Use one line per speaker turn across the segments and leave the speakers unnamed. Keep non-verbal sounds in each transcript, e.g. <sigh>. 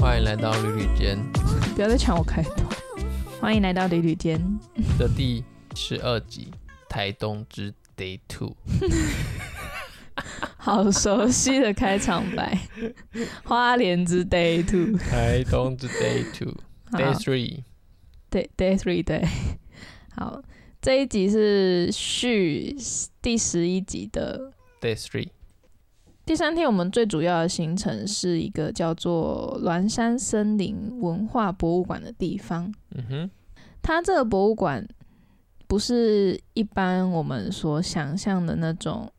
欢迎来到旅旅间
不要再抢我开头。欢迎来到旅旅间，
的第十二集《台东之 Day Two》。
好熟悉的开场
<laughs>
白。花莲之 Day Two，
台东之 Day <laughs> Two，Day
好
Three。
对 Day Three 对。好，这一集是续第十一集的
Day Three，
第三天。我们最主要的行程是一个叫做峦山森林文化博物馆的地方。
嗯哼，
它这个博物馆不是一般我们所想象的那种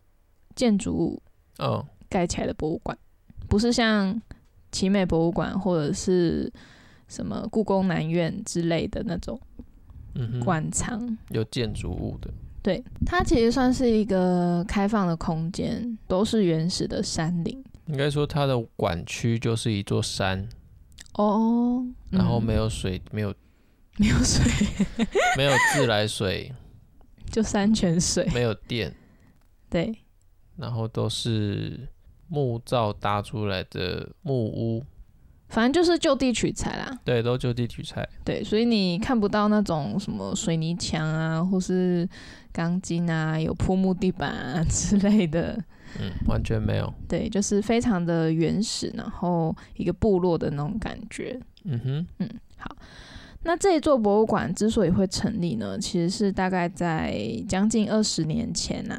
建筑物，
哦，
盖起来的博物馆，不是像奇美博物馆或者是什么故宫南院之类的那种
嗯哼，
馆藏。
有建筑物的，
对，它其实算是一个开放的空间，都是原始的山林
应该说它的管区就是一座山，
哦，
然后
嗯
没有水，没有
没有水，
没有自来 <laughs> 水，
就山泉水。
没有电，
对，
然后都是木造搭出来的木屋，
反正就是就地取材啦。
对，都就地取材。
对，所以你看不到那种什么水泥墙啊，或是钢筋啊，有铺木地板啊之类的。
嗯，完全没有。
对，就是非常的原始，然后一个部落的那种感觉。
嗯哼，
那这一座博物馆之所以会成立呢，其实是大概在将近二十年前呐、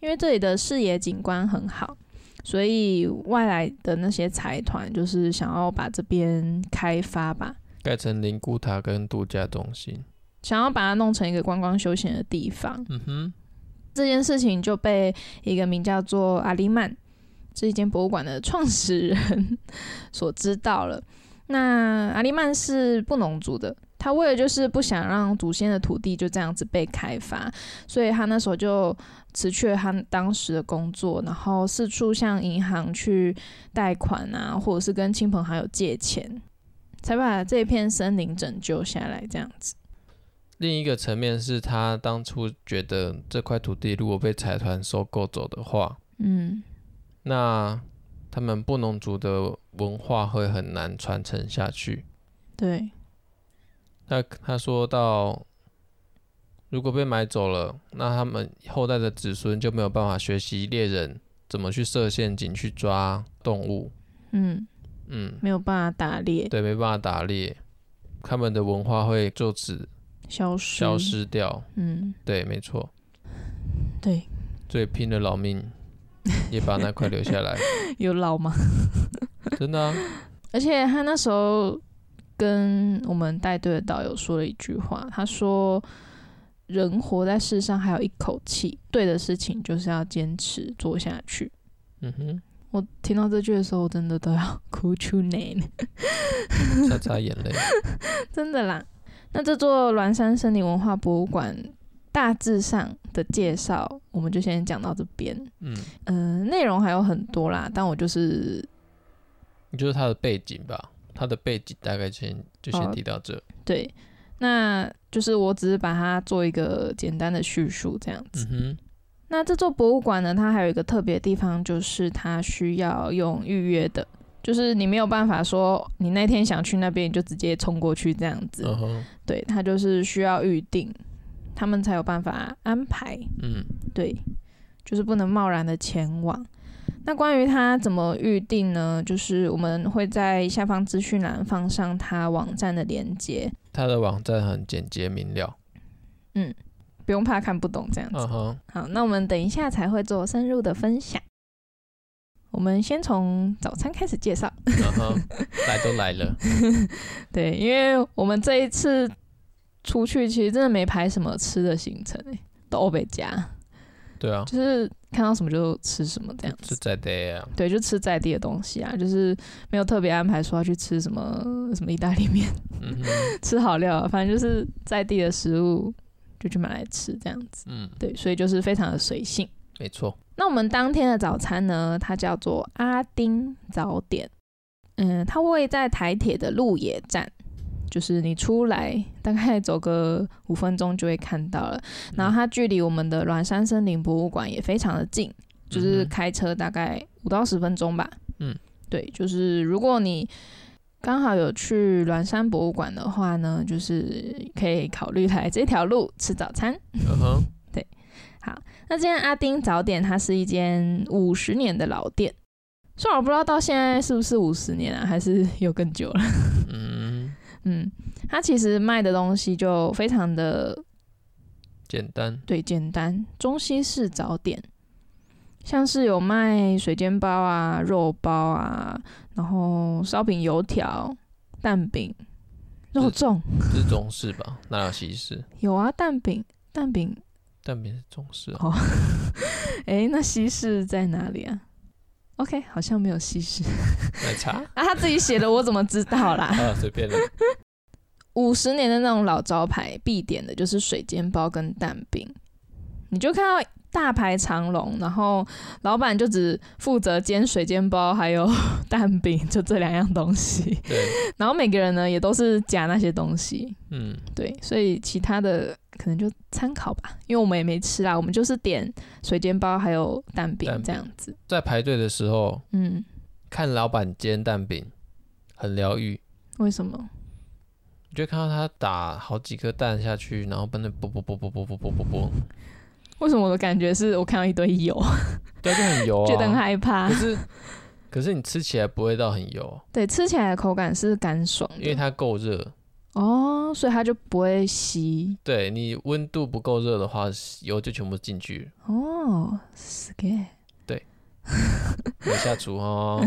因为这里的视野景观很好，所以外来的那些财团就是想要把这边开发吧，
盖成灵谷塔跟度假中心。
想要把它弄成一个观光休闲的地方。
嗯哼，
这件事情就被一个名叫做阿里曼这一间博物馆的创始人所知道了。那阿里曼是布农族的，他为了就是不想让祖先的土地就这样子被开发，所以他那时候就辞去了他当时的工作，然后四处向银行去贷款啊，或者是跟亲朋好友借钱，才把这片森林拯救下来。这样子，
另一个层面是他当初觉得这块土地如果被财团收购走的话，
嗯，
那他们布农族的文化会很难传承下去。
对，
那他说到，如果被买走了，那他们后代的子孙就没有办法学习猎人怎么去设陷阱去抓动物。
嗯，
嗯，
没有办法打猎，
对，没办法打猎，他们的文化会就此
消失，
消失掉。
嗯，
对，没错，
对，
所以拼了老命
<laughs>
也把那块留下来，
有老吗？
真的、啊。
而且他那时候跟我们带队的导游说了一句话，他说：“人活在世上还有一口气，对的事情就是要坚持做下去。
嗯哼，”
我听到这句的时候，我真的都要哭出来了，
擦擦眼泪。
<laughs> 真的啦。那这座峦山森林文化博物馆大致上的介绍，我们就先讲到这边。
嗯，
嗯、内容还有很多啦，但我就是
就是它的背景吧，它的背景大概先就先
哦
提到这。
对，那就是我只是把它做一个简单的叙述这样子。
嗯哼，
那这座博物馆呢，它还有一个特别的地方，就是它需要用预约的，就是你没有办法说你那天想去那边，你就直接冲过去这样子。
嗯哼，
对，它就是需要预定，他们才有办法安排。
嗯
对，就是不能贸然的前往。那关于它怎么预定呢？就是我们会在下方资讯栏放上它网站的链接。
它的网站很简洁明了。
不用怕看不懂这样子。
嗯哼，
好，那我们等一下才会做深入的分享。我们先从早餐开始介绍，
嗯
<laughs>
哼，来都来了。
对，因为我们这一次出去其实真的没排什么吃的行程、欸，都欧北家，
对啊，
就是看到什么就吃什么这样
是
子。
在的
<laughs>
啊。
对，就吃在地的东西啊，就是没有特别安排说要去吃什么什么意大利面， <laughs>
嗯哼，
吃好料、啊，反正就是在地的食物就去买来吃这样子。
嗯，
对，所以就是非常的随性。
没错。
那我们当天的早餐呢，它叫做阿丁早点。嗯，它位在台铁的鹿野站，就是你出来大概走个五分钟就会看到了。然后它距离我们的峦山森林博物馆也非常的近，就是
嗯哼
开车大概五到十分钟吧。
嗯，
对，就是如果你刚好有去峦山博物馆的话呢，就是可以考虑来这条路吃早餐。
嗯哼，
好，那今天阿丁早点，它是一间五十年的老店，虽然我不知道到现在是不是五十年啊，还是有更久了。 <laughs>
嗯，
嗯，它其实卖的东西就非常的
简单，
对，简单中西式早点，像是有卖水煎包啊、肉包啊，然后烧饼、油条、蛋饼、肉
是
粽，
这是中式吧？哪有西式？
有啊，蛋饼，蛋饼，
蛋饼是中式啊。
哦，诶，那西式在哪里啊？OK，好像没有西式
奶茶
<laughs> 啊，他自己写的，我怎么知道啦？
啊，随便了。
五十年的那种老招牌必点的就是水煎包跟蛋饼，你就看到大排长龙，然后老板就只负责煎水煎包还有 <laughs> 蛋饼，就这两样东西。 <laughs>
对，
然后每个人呢也都是夹那些东西，
嗯，
对，所以其他的可能就参考吧，因为我们也没吃啦，我们就是点水煎包还有蛋饼
蛋饼
这样子。
在排队的时候
嗯，
看老板煎蛋饼，很疗愈。
为什么？
你就看到他打好几颗蛋下去，然后跟那啵啵啵啵啵啵啵啵啵，
为什么我的感觉是我看到一堆油，
对啊，就很油啊。
觉得很害怕
可。是，可是你吃起来不会到很油，
对，吃起来的口感是干爽的，
因为它够热。
哦，所以它就不会吸
对你温度不够热的话，油就全部进去了。
哦，是
<laughs>
给
你下厨哦。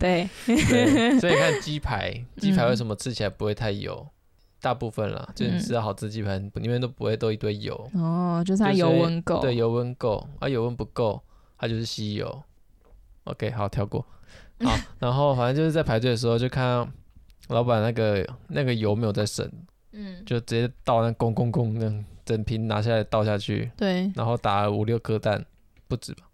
对，
对，所以你看鸡排，鸡排为什么吃起来不会太油？大部分啦，就是你
嗯
吃到好吃鸡排，里面都不会都一堆油。
哦，就是它
就是
油温够，
对，油温够，啊，油温不够，它就是吸油。OK，好，跳
<laughs>
过。好，然后反正就是在排队的时候，就看到老板那个那个油没有在省，
嗯，
就直接倒那公公公那样整瓶拿下来倒下去， <laughs>
对，
然后打了五六颗蛋，不止吧？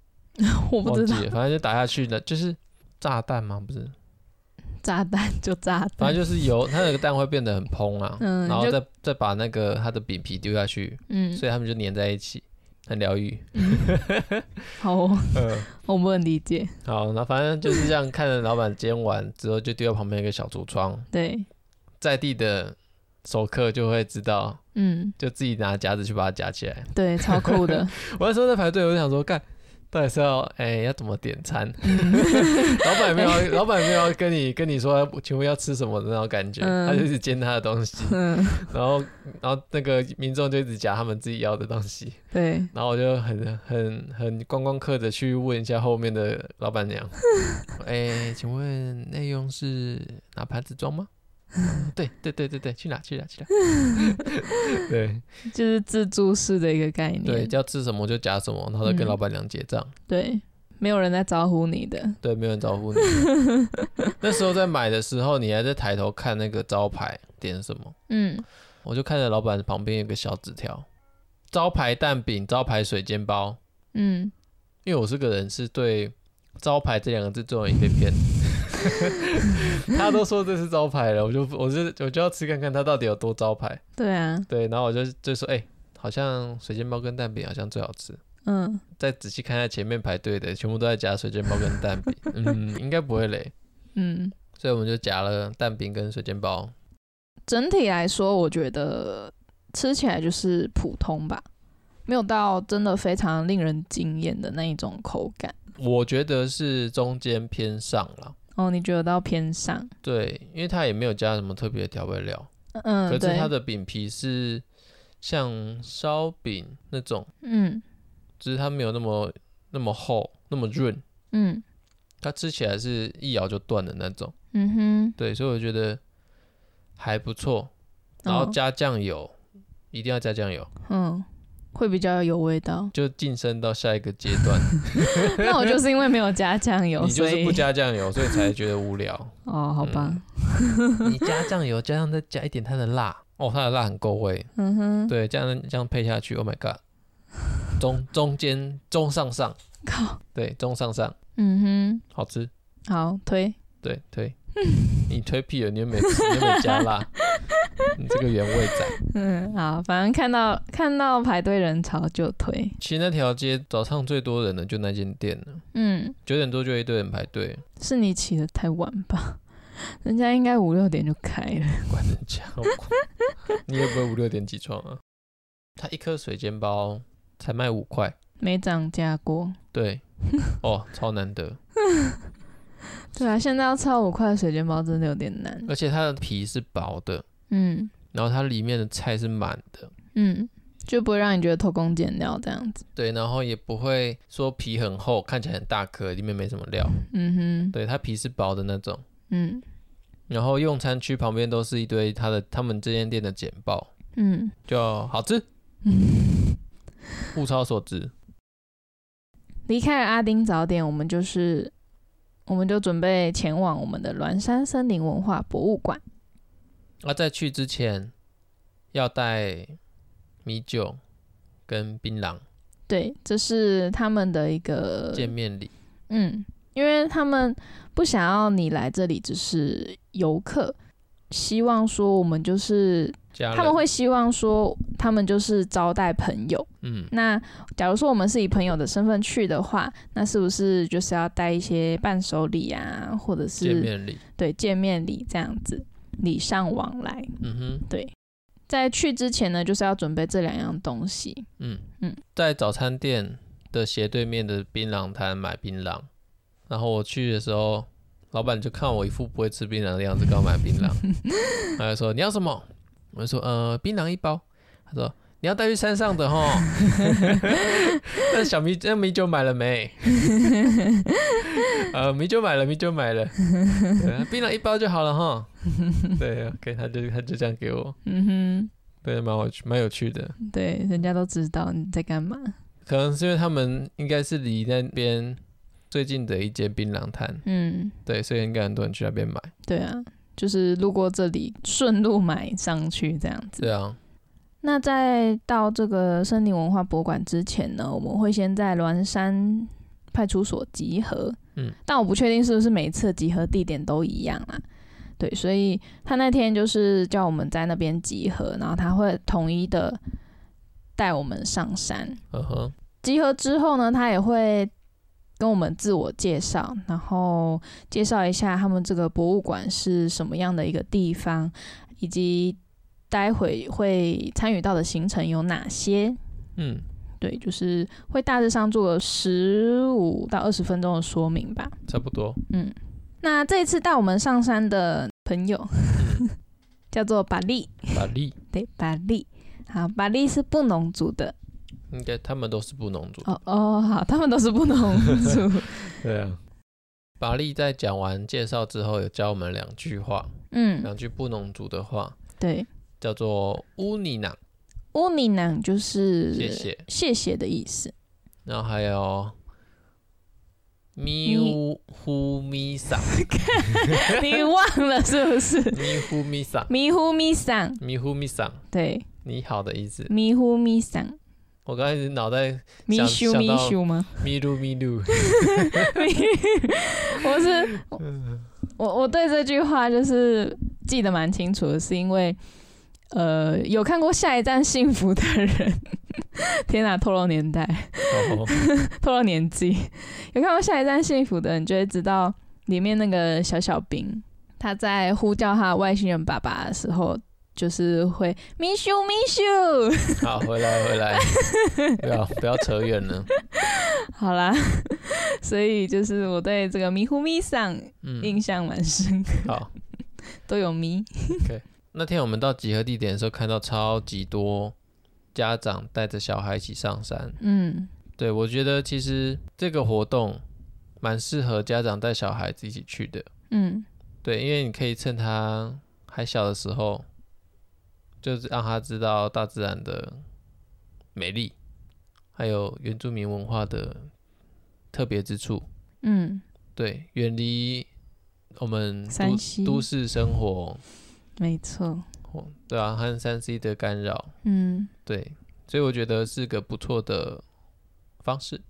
我不
忘
知
记
道
了，反正就打下去的，就是炸弹嘛，不是？
<laughs> 炸弹就炸
反
弹，
正就是油，它那个蛋会变得很蓬啊，
嗯
然后
就
再再把那个它的饼皮丢下去，
嗯，
所以它们就粘在一起，很疗愈。
好哦，
嗯。
我不能理解，
好，那反正就是这样，看着老板煎完之后，就丢到旁边一个小橱窗，
对，
在地的熟客就会知道，
嗯，
就自己拿夹子去把它夹起来。
对，超
<laughs>
酷的，
我那时候在排队，我就想说，干，到底是要哎、要怎么点餐？ <laughs> 老板也没有要，老板也没有要跟你跟你说，请问要吃什么的那种感觉，
嗯
他就是煎他的东西，
嗯，
然后然后那个民众就一直夹他们自己要的东西，
对，
然后我就很很很观光客的去问一下后面的老板娘， <laughs> 哎、请问内用是拿盘子装吗？对对对对对，去哪去哪去哪？对
就是自助式的一个概念，
对，要吃什么就夹什么，然后再跟
嗯
老板娘结账。
对，没有人在招呼你的，
对，没有人招呼你。那时候在买的时候，你还在抬头看那个招牌点什么，
嗯，
我就看着老板旁边有个小纸条，招牌蛋饼、招牌水煎包，
嗯，
因为我这个人是对招牌这两个字最容易被骗。 <laughs> 他都说这是招牌了，我就我就我就要吃看看他到底有多招牌。
对啊，
对，然后我就就说，哎、好像水煎包跟蛋饼好像最好吃。
嗯，
再仔细看一下前面排队的，全部都在夹水煎包跟蛋饼， <laughs> 嗯，应该不会累。
嗯。
所以我们就夹了蛋饼跟水煎包，
整体来说，我觉得吃起来就是普通吧，没有到真的非常令人惊艳的那一种口感。
我觉得是中间偏上了。
哦，你觉得到偏上？
对，因为它也没有加什么特别的调味料，
嗯，
可是
对，
它的饼皮是像烧饼那种。
嗯
只是它没有那么那么厚，那么润，
嗯
它吃起来是一咬就断的那种。
嗯哼，
对，所以我觉得还不错。然后
哦
加酱油，一定要加酱油，。
嗯，会比较有味道
就晋升到下一个阶段。
那我就是因为没 <laughs> 有加酱油，
<laughs> 你就
所
是
以
不加酱油，所以才觉得无聊。
<laughs> 哦，好吧，
你加酱油，加上再加一点它的辣，哦，它的辣很够味。
嗯哼，
对，这样这样配下去，Oh my god！中中间中上上，
靠，
对，中上上，
嗯
好吃。
哼，好推，
对推， <laughs> 你推屁了，你又没吃你又没加辣，你这个原味仔。
嗯，好，反正看到看到排队人潮就推，
其实那条街早上最多人的就那间店了，
嗯，
九点多就一堆人排队，
是你起的太晚吧？人家应该五六点就开了。
管人家，我管你会不会五六点起床啊？他一颗水煎包才卖五块，
没涨价过。
对，哦，超难得，
对啊，现在要超五块的水煎包真的有点难。
而且它的皮是薄的，
嗯
然后它里面的菜是满的，
嗯，就不会让你觉得偷工减料这样子。
对，然后也不会说皮很厚，看起来很大颗，里面没什么料，
嗯哼，
对，它皮是薄的那种。
嗯
然后用餐区旁边都是一堆它的他们这间店的简报，
嗯
就好吃，
嗯。
物超所值。
<laughs> 离开了阿丁早点，我们就是，我们就准备前往我们的峦山森林文化博物馆。
那啊在去之前要带米酒跟槟榔
对，这是他们的一个
见面礼，
嗯，因为他们不想要你来这里只是游客，希望说我们就是
家人
他们会希望说他们就是招待朋友。
嗯
那假如说我们是以朋友的身份去的话，那是不是就是要带一些伴手礼啊，或者
见
是
面礼，
对见面礼这样子，礼尚往来？
嗯哼
对，在去之前呢，就是要准备这两样东西。
嗯
嗯
在早餐店的斜对面的槟榔摊买槟榔，然后我去的时候，老板就看我一副不会吃槟榔的样子，给我买槟榔，他就说你要什么？我就说呃槟榔一包，他说。你要带去山上的吼， <laughs> 那小米那米酒买了没？ <laughs> 呃，米酒买了，米酒买了，对啊槟榔一包就好了哈。对，OK，他就他就这样给我，
嗯
对，蛮有趣蛮有趣的。
哼，对，人家都知道你在干嘛。
可能是因为他们应该是离那边最近的一间槟榔摊，
嗯。
对，所以应该很多人去那边买。
对啊，就是路过这里，顺路买上去这样子。
对啊，
那在到这个森林文化博物馆之前呢，我们会先在峦山派出所集合。
嗯，
但我不确定是不是每一次集合地点都一样啦。对，所以他那天就是叫我们在那边集合，然后他会统一的带我们上山。
嗯哼，
集合之后呢，他也会跟我们自我介绍，然后介绍一下他们这个博物馆是什么样的一个地方，以及待会会参与到的行程有哪些。
嗯，
对，就是会大致上做个十五到二十分钟的说明吧。嗯
差不多。
那这一次带我们上山的朋友 <laughs> 叫做巴利，
法力
对，巴利。好，巴利是布农族的。
应该他们都是布农族。
哦哦，好，他们都是布农族。
<laughs> 对啊。法力在讲完介绍之后，有教我们两句话，
嗯，
两句布农族的话，
对。
叫做乌尼囊，
乌尼囊就是
谢谢，
谢谢的意思。 <laughs>
然后还有咪乌呼咪桑，
你忘了是
<laughs>
不是？
咪呼咪桑，
迷糊咪桑，
咪呼咪桑，
对，
你好的意思。
迷糊咪桑，
我刚才脑袋
迷
想
咻
想
迷
到 <laughs>
咻吗？
咪噜咪噜，
我是
嗯
我，我对这句话就是记得蛮清楚的，是因为呃，有看过《下一站幸福》的人， <laughs> 天哪、透露年代，
哦，
透露年纪， <laughs> 有看过《下一站幸福》的人就会知道，里面那个小小兵，他在呼叫他外星人爸爸的时候，就是会咪咻咪咻。
<laughs>
<laughs>
好，回来回来，不要不要扯远了。
好啦，所以就是我对这个迷糊咪上
嗯，
印象蛮深刻， <laughs>
好。
都有咪。
那天我们到集合地点的时候，看到超级多家长带着小孩一起上山。
嗯
对我觉得其实这个活动蛮适合家长带小孩子一起去的。
嗯
对，因为你可以趁他还小的时候，就是让他知道大自然的美丽，还有原住民文化的特别之处。
嗯，
对，远离我们
山
都
西
都市生活，
没错。
哦对啊，和三 C 的干扰，
嗯
对，所以我觉得是个不错的方式，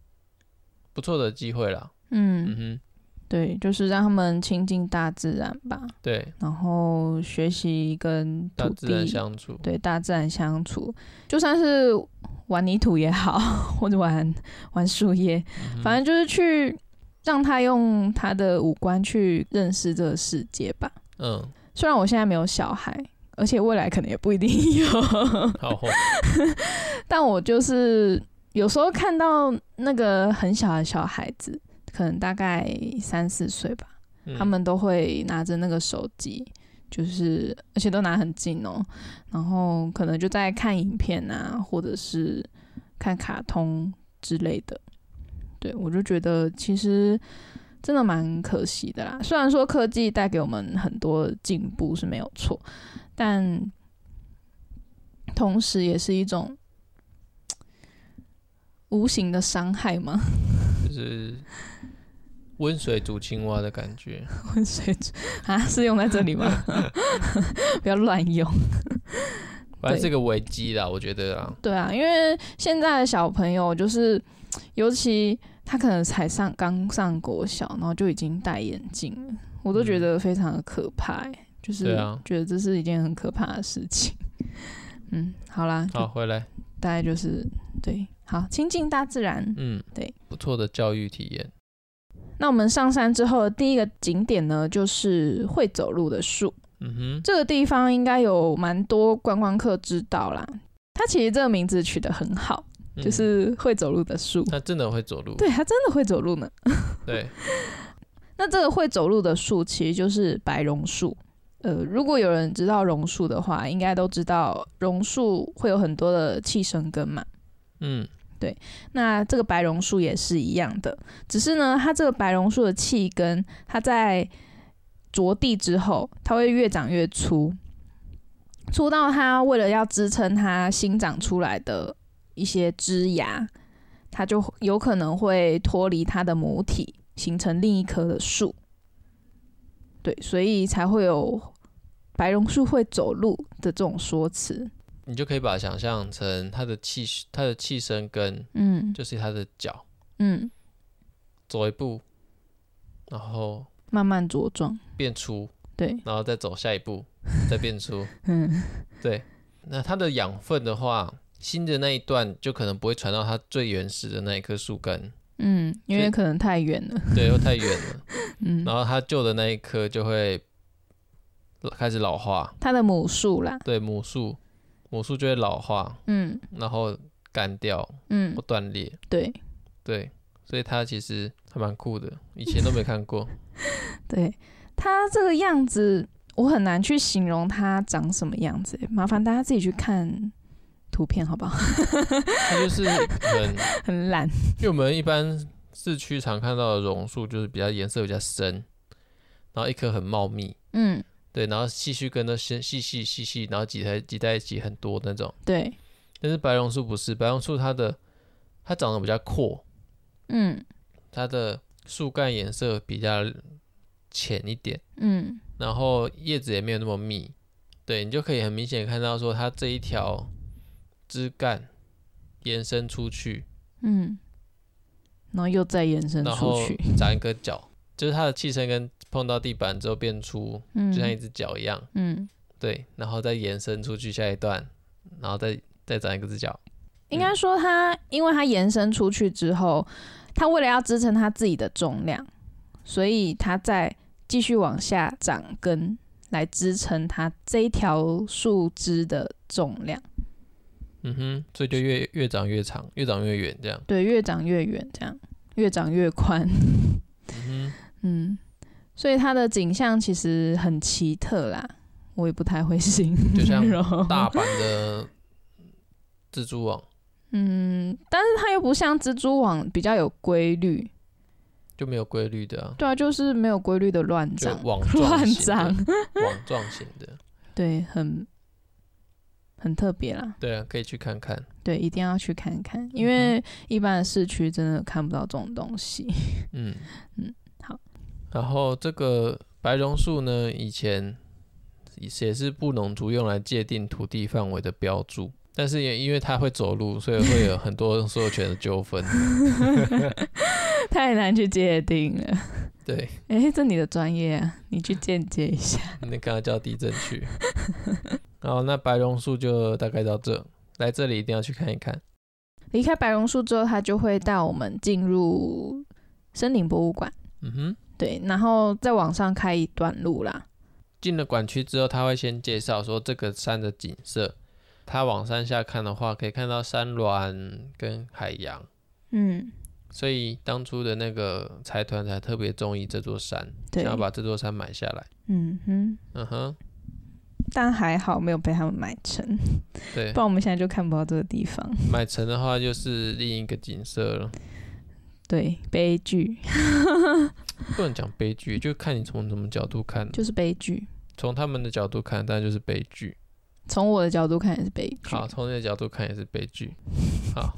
不错的机会啦。
嗯，
嗯
对，就是让他们亲近大自然吧，
哼，对，
然后学习跟
大
土
自然
地
相处，
对大自然相处，就算是玩泥土也好， <laughs> 或者玩玩树叶，反正就是去让他用他的五官去认识这个世界吧。
嗯，
虽然我现在没有小孩，而且未来可能也不一定有， <laughs>
好，
但我就是有时候看到那个很小的小孩子，可能大概三四岁吧，
嗯
他们都会拿着那个手机，就是而且都拿很近哦，然后可能就在看影片啊，或者是看卡通之类的。对我就觉得其实真的蛮可惜的啦。虽然说科技带给我们很多进步是没有错，但同时也是一种无形的伤害嘛。
就是温水煮青蛙的感觉。
温水煮 <laughs> 啊，是用在这里吗？ <laughs> 不要乱用。
反正是个危机啦，我觉得啦，
对啊，因为现在的小朋友就是，尤其他可能才上刚上国小，然后就已经戴眼镜了，我都觉得非常的可怕、欸，就
嗯
是
对啊
觉得这是一件很可怕的事情。 <laughs> 嗯，好啦，就
好，回来，
大概就是对，好，亲近大自然。
嗯，
对，
不错的教育体验。
那我们上山之后的第一个景点呢，就是会走路的树。
嗯哼，
这个地方应该有蛮多观光客知道啦。它其实这个名字取得很好，
嗯
就是会走路的树。
他真的会走路，
对，它真的会走路呢。
对，
那这个会走路的树其实就是白榕树。呃，如果有人知道榕树的话，应该都知道榕树会有很多的气生根嘛。
嗯，
那这个白榕树也是一样的，只是呢，它这个白榕树的气根，它在着地之后，它会越长越粗，粗到它为了要支撑它新长出来的一些枝芽，它就有可能会脱离它的母体，形成另一棵的树。对，所以才会有白榕树会走路的这种说辞。
你就可以把它想象成他的气，他的气生根
嗯
就是他的脚，
嗯，
走一步，然后
慢慢茁壮。
变粗，
对，
然后再走下一步，再变粗。
<laughs> 嗯。
对，那它的养分的话，新的那一段就可能不会传到它最原始的那一棵树根，
嗯，因
所
为
以
可能太远
<laughs>
了。
对，又太远了。<laughs>
嗯，
然后它旧的那一棵就会开始老化，
它的母树啦。
对，母树，母树就会老化，
嗯
然后干掉
嗯
不，断裂，
对
对，所以它其实还蛮酷的，以前都没看过。
对，它这个样子我很难去形容它长什么样子欸，麻烦大家自己去看图片好不好？ <laughs>
它就是很，
很懒。
因为我们一般市区常看到的榕树就是比较颜色比较深，然后一颗很茂密，
嗯，
对，然后细须根都细细细细细，然后挤在挤在一起很多那种。
对，
但是白榕树不是，白榕树它的它长得比较阔，
嗯
它的树干颜色比较浅一点，
嗯
然后叶子也没有那么密，对你就可以很明显看到说它这一条枝干延伸出去，
嗯，然后又再延伸
然
出
后
去。
长一个角，就是它的气生根碰到地板之后变粗，
嗯
就像一只脚一样，
嗯，
对，然后再延伸出去下一段，然后再再长一个只脚。
应该说它，因为它延伸出去之后，它为了要支撑它自己的重量，所以它再继续往下长根来支撑它这一条树枝的重量。
嗯哼，所以就越越长越长，越长越远这样。
对，越长越远，这样越长越宽。 <laughs>
嗯
嗯，所以它的景象其实很奇特啦，我也不太会形
哼，就像
容。
大阪的蜘蛛网
嗯，但是它又不像蜘蛛网比较有规律，
就没有规律的啊，
对啊，就是没有规律的乱
就
长。
网
乱
状型的
长，
网状型的，
对，很很特别啦，
对啊，可以去看看。
对，一定要去看看，因为一般的市区真的看不到这种东西。 <laughs>
嗯
嗯，好。
然后这个白榕树呢，以前也是布农族用来界定土地范围的标注，但是也因为它会走路，所以会有很多所有权的纠
<laughs>
纷。
太难去界定了。
对，
诶，这你的专业啊，你去间接一下。 <laughs>
你跟他叫地震去。然后那白榕树就大概到这，来这里一定要去看一看。
离开白榕树之后，它就会带我们进入森林博物馆，
嗯哼，
对，然后再往上开一段路啦。
进了馆区之后，他会先介绍说这个山的景色。他往山下看的话，可以看到山峦跟海洋，
嗯，
所以当初的那个财团才特别中意这座山，
对
想，要把这座山买下来。
嗯哼，
嗯哼，
但还好没有被他们买成，
对
不，然我们现在就看不到这个地方。
买成的话就是另一个景色了，
对，悲剧
不能讲悲剧，就看你从什么角度看。
就是悲剧，
从他们的角度看，当然就是悲剧。
从我的角度看也是悲剧。
好，从你的角度看也是悲剧。好，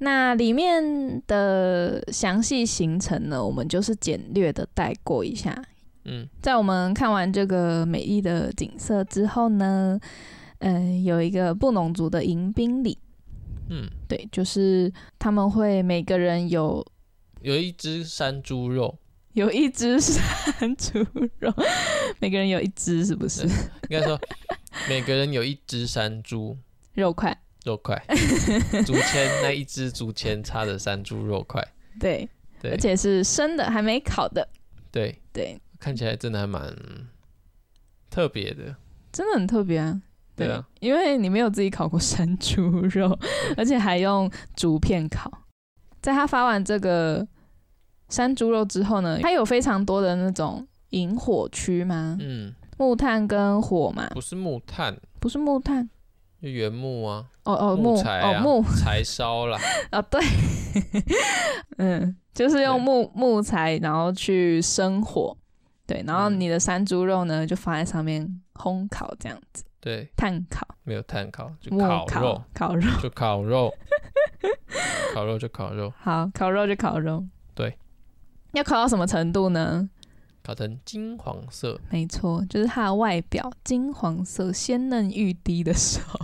那里面的详细行程呢，我们就是简略的带过一下。
嗯，
在我们看完这个美丽的景色之后呢，嗯、有一个布农族的迎宾礼，
嗯，
对，就是他们会每个人有
有一只山猪肉，
有一只 <laughs> 山猪肉，每个人有一只，是不是？
应该
<laughs>
说每个人有一只山猪
肉块，
肉块，
<laughs>
竹签那一只竹签插着山猪肉块，
对，
对
而且是生的，还没烤的，
对，
对，
看起来真的还蛮特别的。
真的很特别啊。
对啊，
因为你没有自己烤过山猪肉，而且还用竹片烤。在他发完这个山猪肉之后呢，他有非常多的那种引火区吗？
嗯，
木炭跟火嘛，
不是木炭，
不是木炭，
就原木啊，
哦哦木
材啊，
哦木
柴烧啦。 <laughs>
哦对， <laughs> 嗯，就是用
对
木木材然后去生火，对，然后
嗯
你的山猪肉呢就放在上面烘烤这样子，
对，
炭烤、
没有炭烤，就
木
烤肉
烤、，烤肉，
就烤肉， <laughs> 烤肉就烤肉，
好，烤肉就烤肉，
对，
要烤到什么程度呢？
烤成金黄色，
没错，就是它的外表金黄色、鲜嫩欲滴的时 <laughs> 候，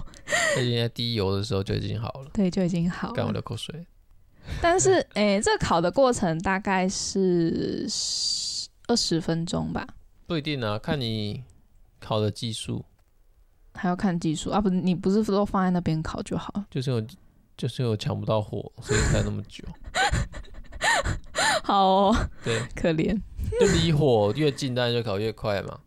那应该滴油的时候就已经好了。
对，就已经好
干我
了。
流口水，
<laughs> 但是，诶、这个烤的过程大概是十二十分钟吧，
不一定啊，看你烤的技术，
还要看技术啊。不，你不是都放在那边烤就好了？
就是有就是有抢不到火，所以才那么 <laughs> 久。
<laughs> 好、哦，
对，
可怜。
就离火越近，当然就烤越快嘛。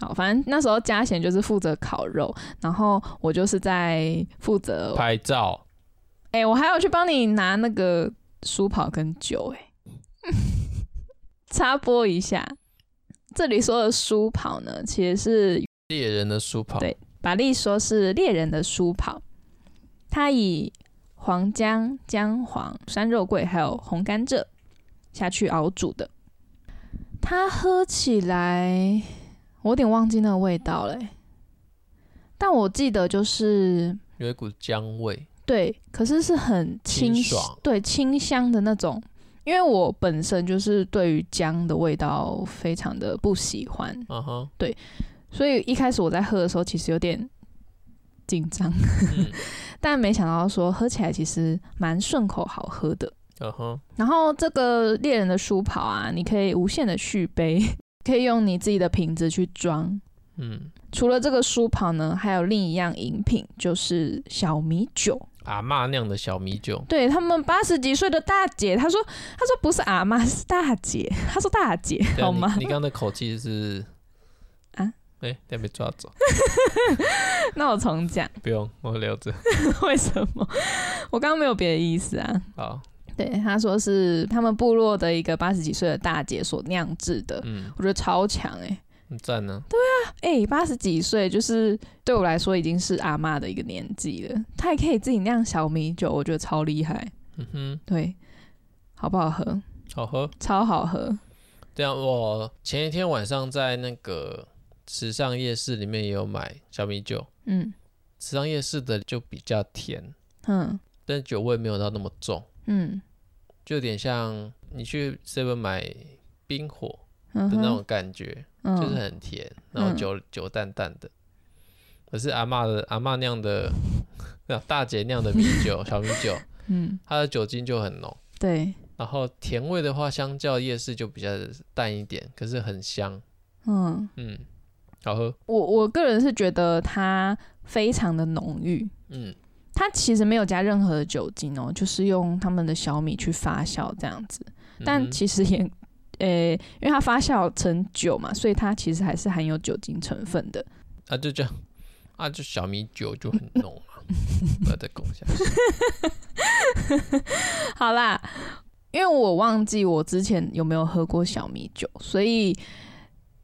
好，反正那时候嘉贤就是负责烤肉，然后我就是在负责，
拍照，
诶、哎我还要去帮你拿那个书跑跟酒、诶。 <laughs> 插播一下，这里说的书跑呢，其实是
猎人的书跑，
对把利说是猎人的书跑，它以黄姜、姜黄、山肉桂还有红甘蔗下去熬煮的。它喝起来，我有点忘记那个味道嘞、但我记得就是
有一股姜味，
对，可是是很清
清爽
对清香的那种。因为我本身就是对于姜的味道非常的不喜欢，
啊哈，
所以一开始我在喝的时候，其实有点紧张，
嗯，
<laughs> 但没想到说喝起来其实蛮顺口好喝的。
啊哈，
然后这个猎人的书跑啊，你可以无限的续杯， <laughs> 可以用你自己的瓶子去装。
嗯，
除了这个书跑呢，还有另一样饮品，就是小米酒。
阿嬷酿的小米酒，
对他们八十几岁的大姐，她说，她说不是阿妈，是大姐，她说大姐
对啊
<laughs> 好吗
你？你刚刚的口气是
啊？
哎、等下被抓走，
<laughs>
<laughs>
那我重讲， <laughs>
不用，我留着。
为什么？我刚刚没有别的意思啊。
好，
对，他说是他们部落的一个八十几岁的大姐所酿制的，
嗯，
我觉得超强哎、欸、
很赞啊呢、
哎，八、十几岁就是对我来说已经是阿嬷的一个年纪了，她还可以自己酿小米酒，我觉得超厉害。
嗯
对，好不好喝？
哼，好喝。
超好喝。
对啊，我前一天晚上在那个时尚夜市里面也有买小米酒，
嗯
时尚夜市的就比较甜，
嗯
但酒味没有到那么重，
嗯
就有点像你去 seven 买冰火
嗯
的那
哼
种感觉，
嗯，
就是很甜，然后酒、酒淡淡的。可是阿嬷的阿嬷酿的，那大姐酿的米酒小米酒，
嗯
它的酒精就很浓，
对，
然后甜味的话，相较夜市就比较淡一点，可是很香，
嗯，
嗯，好喝，
我我个人是觉得它非常的浓郁，
嗯
它其实没有加任何的酒精哦，就是用他们的小米去发酵这样子。
嗯
但
哼
其实也呃、因为它发酵成酒嘛，所以它其实还是含有酒精成分的。 <laughs>
啊，就这样，啊，就小米酒就很浓嘛，不要再拱下去。 <laughs>
好啦，因为我忘记我之前有没有喝过小米酒，所以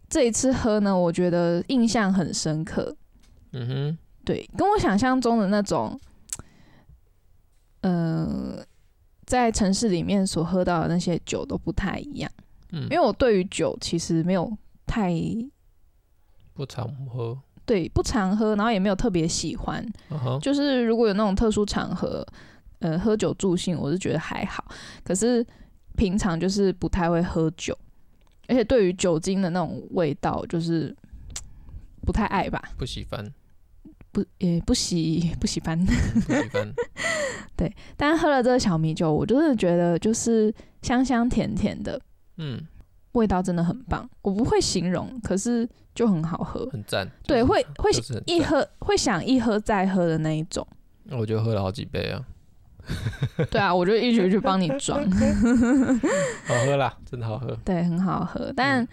这一次喝呢，我觉得印象很深刻。
嗯哼，
对，跟我想象中的那种，呃，在城市里面所喝到的那些酒都不太一样。
嗯
因为我对于酒其实没有太
不常喝，
对不常喝，然后也没有特别喜欢。
啊哈，
就是如果有那种特殊场合，呃，喝酒助兴，我是觉得还好。可是平常就是不太会喝酒，而且对于酒精的那种味道，就是不太爱吧，
不喜欢，
不也不喜不喜欢。
不喜欢。 <laughs>
但喝了这个小米酒，我就是觉得就是香香甜甜的
嗯，
味道真的很棒，我不会形容，可是就很好喝。
很赞。
对，
就是
会会
就是很
一喝会想一喝再喝的那一
<laughs>
种。
我就喝了好几杯啊，
对啊，我就一直去帮你
<laughs>
装，
好喝啦，真的好喝。
对，很好喝。但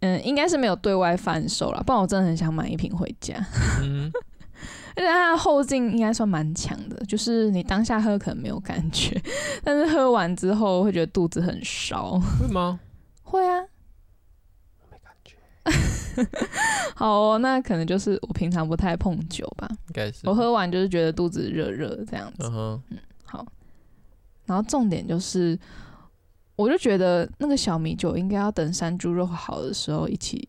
嗯、应该是没有对外贩售啦，不然我真的很想买一瓶回家。
嗯，
<laughs> 而且它的后劲应该算蛮强的，就是你当下喝可能没有感觉， <laughs> 但是喝完之后会觉得肚子很烧。
会吗？
会啊，
没感觉，
<laughs> 好哦，那可能就是我平常不太碰酒吧，
应该是。
我，喝完就是觉得肚子热热这样子。
嗯哼，
好，然后重点就是，我就觉得那个小米酒应该要等山猪肉好的时候一起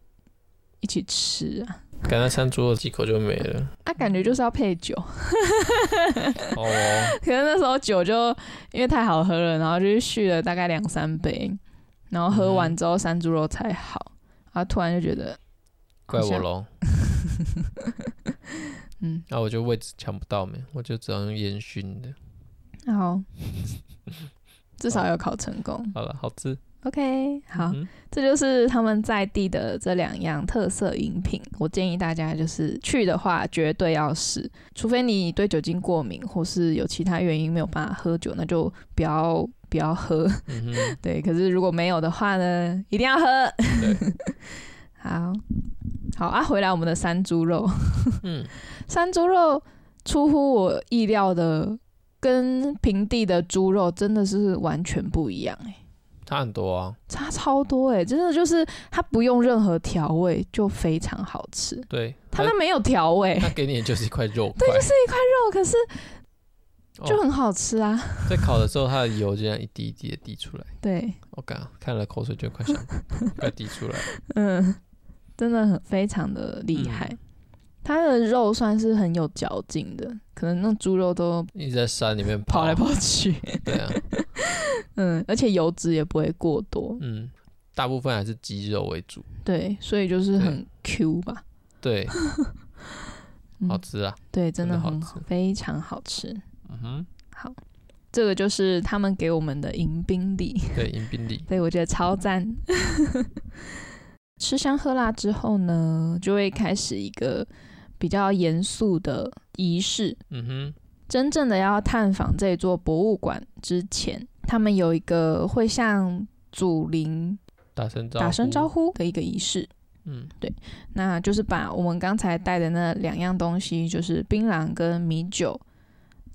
一起吃啊，
刚才山猪肉几口就没了。
啊，感觉就是要配酒， <laughs>
哦哦，
可是那时候酒就因为太好喝了，然后就续了大概两三杯，然后喝
嗯
完之后山猪肉才好，然后突然就觉得，
怪我喽。
嗯，
那、我就位置抢不到没，我就只能用烟熏的。
然后至少有考成功。
好了，好吃。
OK，好，
嗯
这就是他们在地的这两样特色饮品。我建议大家就是去的话，绝对要试，除非你对酒精过敏，或是有其他原因没有办法喝酒，那就不要不要喝。
嗯哼，
对，可是如果没有的话呢，一定要喝。
对，
<laughs> 好，好啊，回来我们的山猪肉，
嗯，
<laughs> 山猪肉出乎我意料的，跟平地的猪肉真的是完全不一样哎、
差很多啊。
差超多哎、真的就是它不用任何调味就非常好吃，
对，
它那没有调味，
他给你的就是一块肉块，对，就是
肉可是
哦
就很好吃啊。
在烤的时候，它的油这样一滴一滴的滴出来，
对，
我、靠，看了口水就快
<laughs>
想快滴出来。
嗯，真的很非常的厉害。它的肉算是很有嚼劲的，可能那猪肉都
一直在山里面跑
跑来，跑去， <laughs>
对啊，
嗯，而且油脂也不会过多，
嗯，大部分还是鸡肉为主，
对，所以就是很 Q 吧， <laughs>
对，
嗯
好吃啊，
对，真的
真的好
很
吃
非常好吃。
嗯哼，
好，这个就是他们给我们的迎宾礼。
对，迎宾礼，
所以我觉得超赞。 <laughs> 吃香喝辣之后呢，就会开始一个比较严肃的仪式。
嗯
真正的要探访这座博物馆之前，他们有一个会向祖灵
哼，打声招呼，
打声招
呼，
呼的一个仪式。
嗯
那就是把我们刚才带的那两样东西，就是槟榔跟米酒，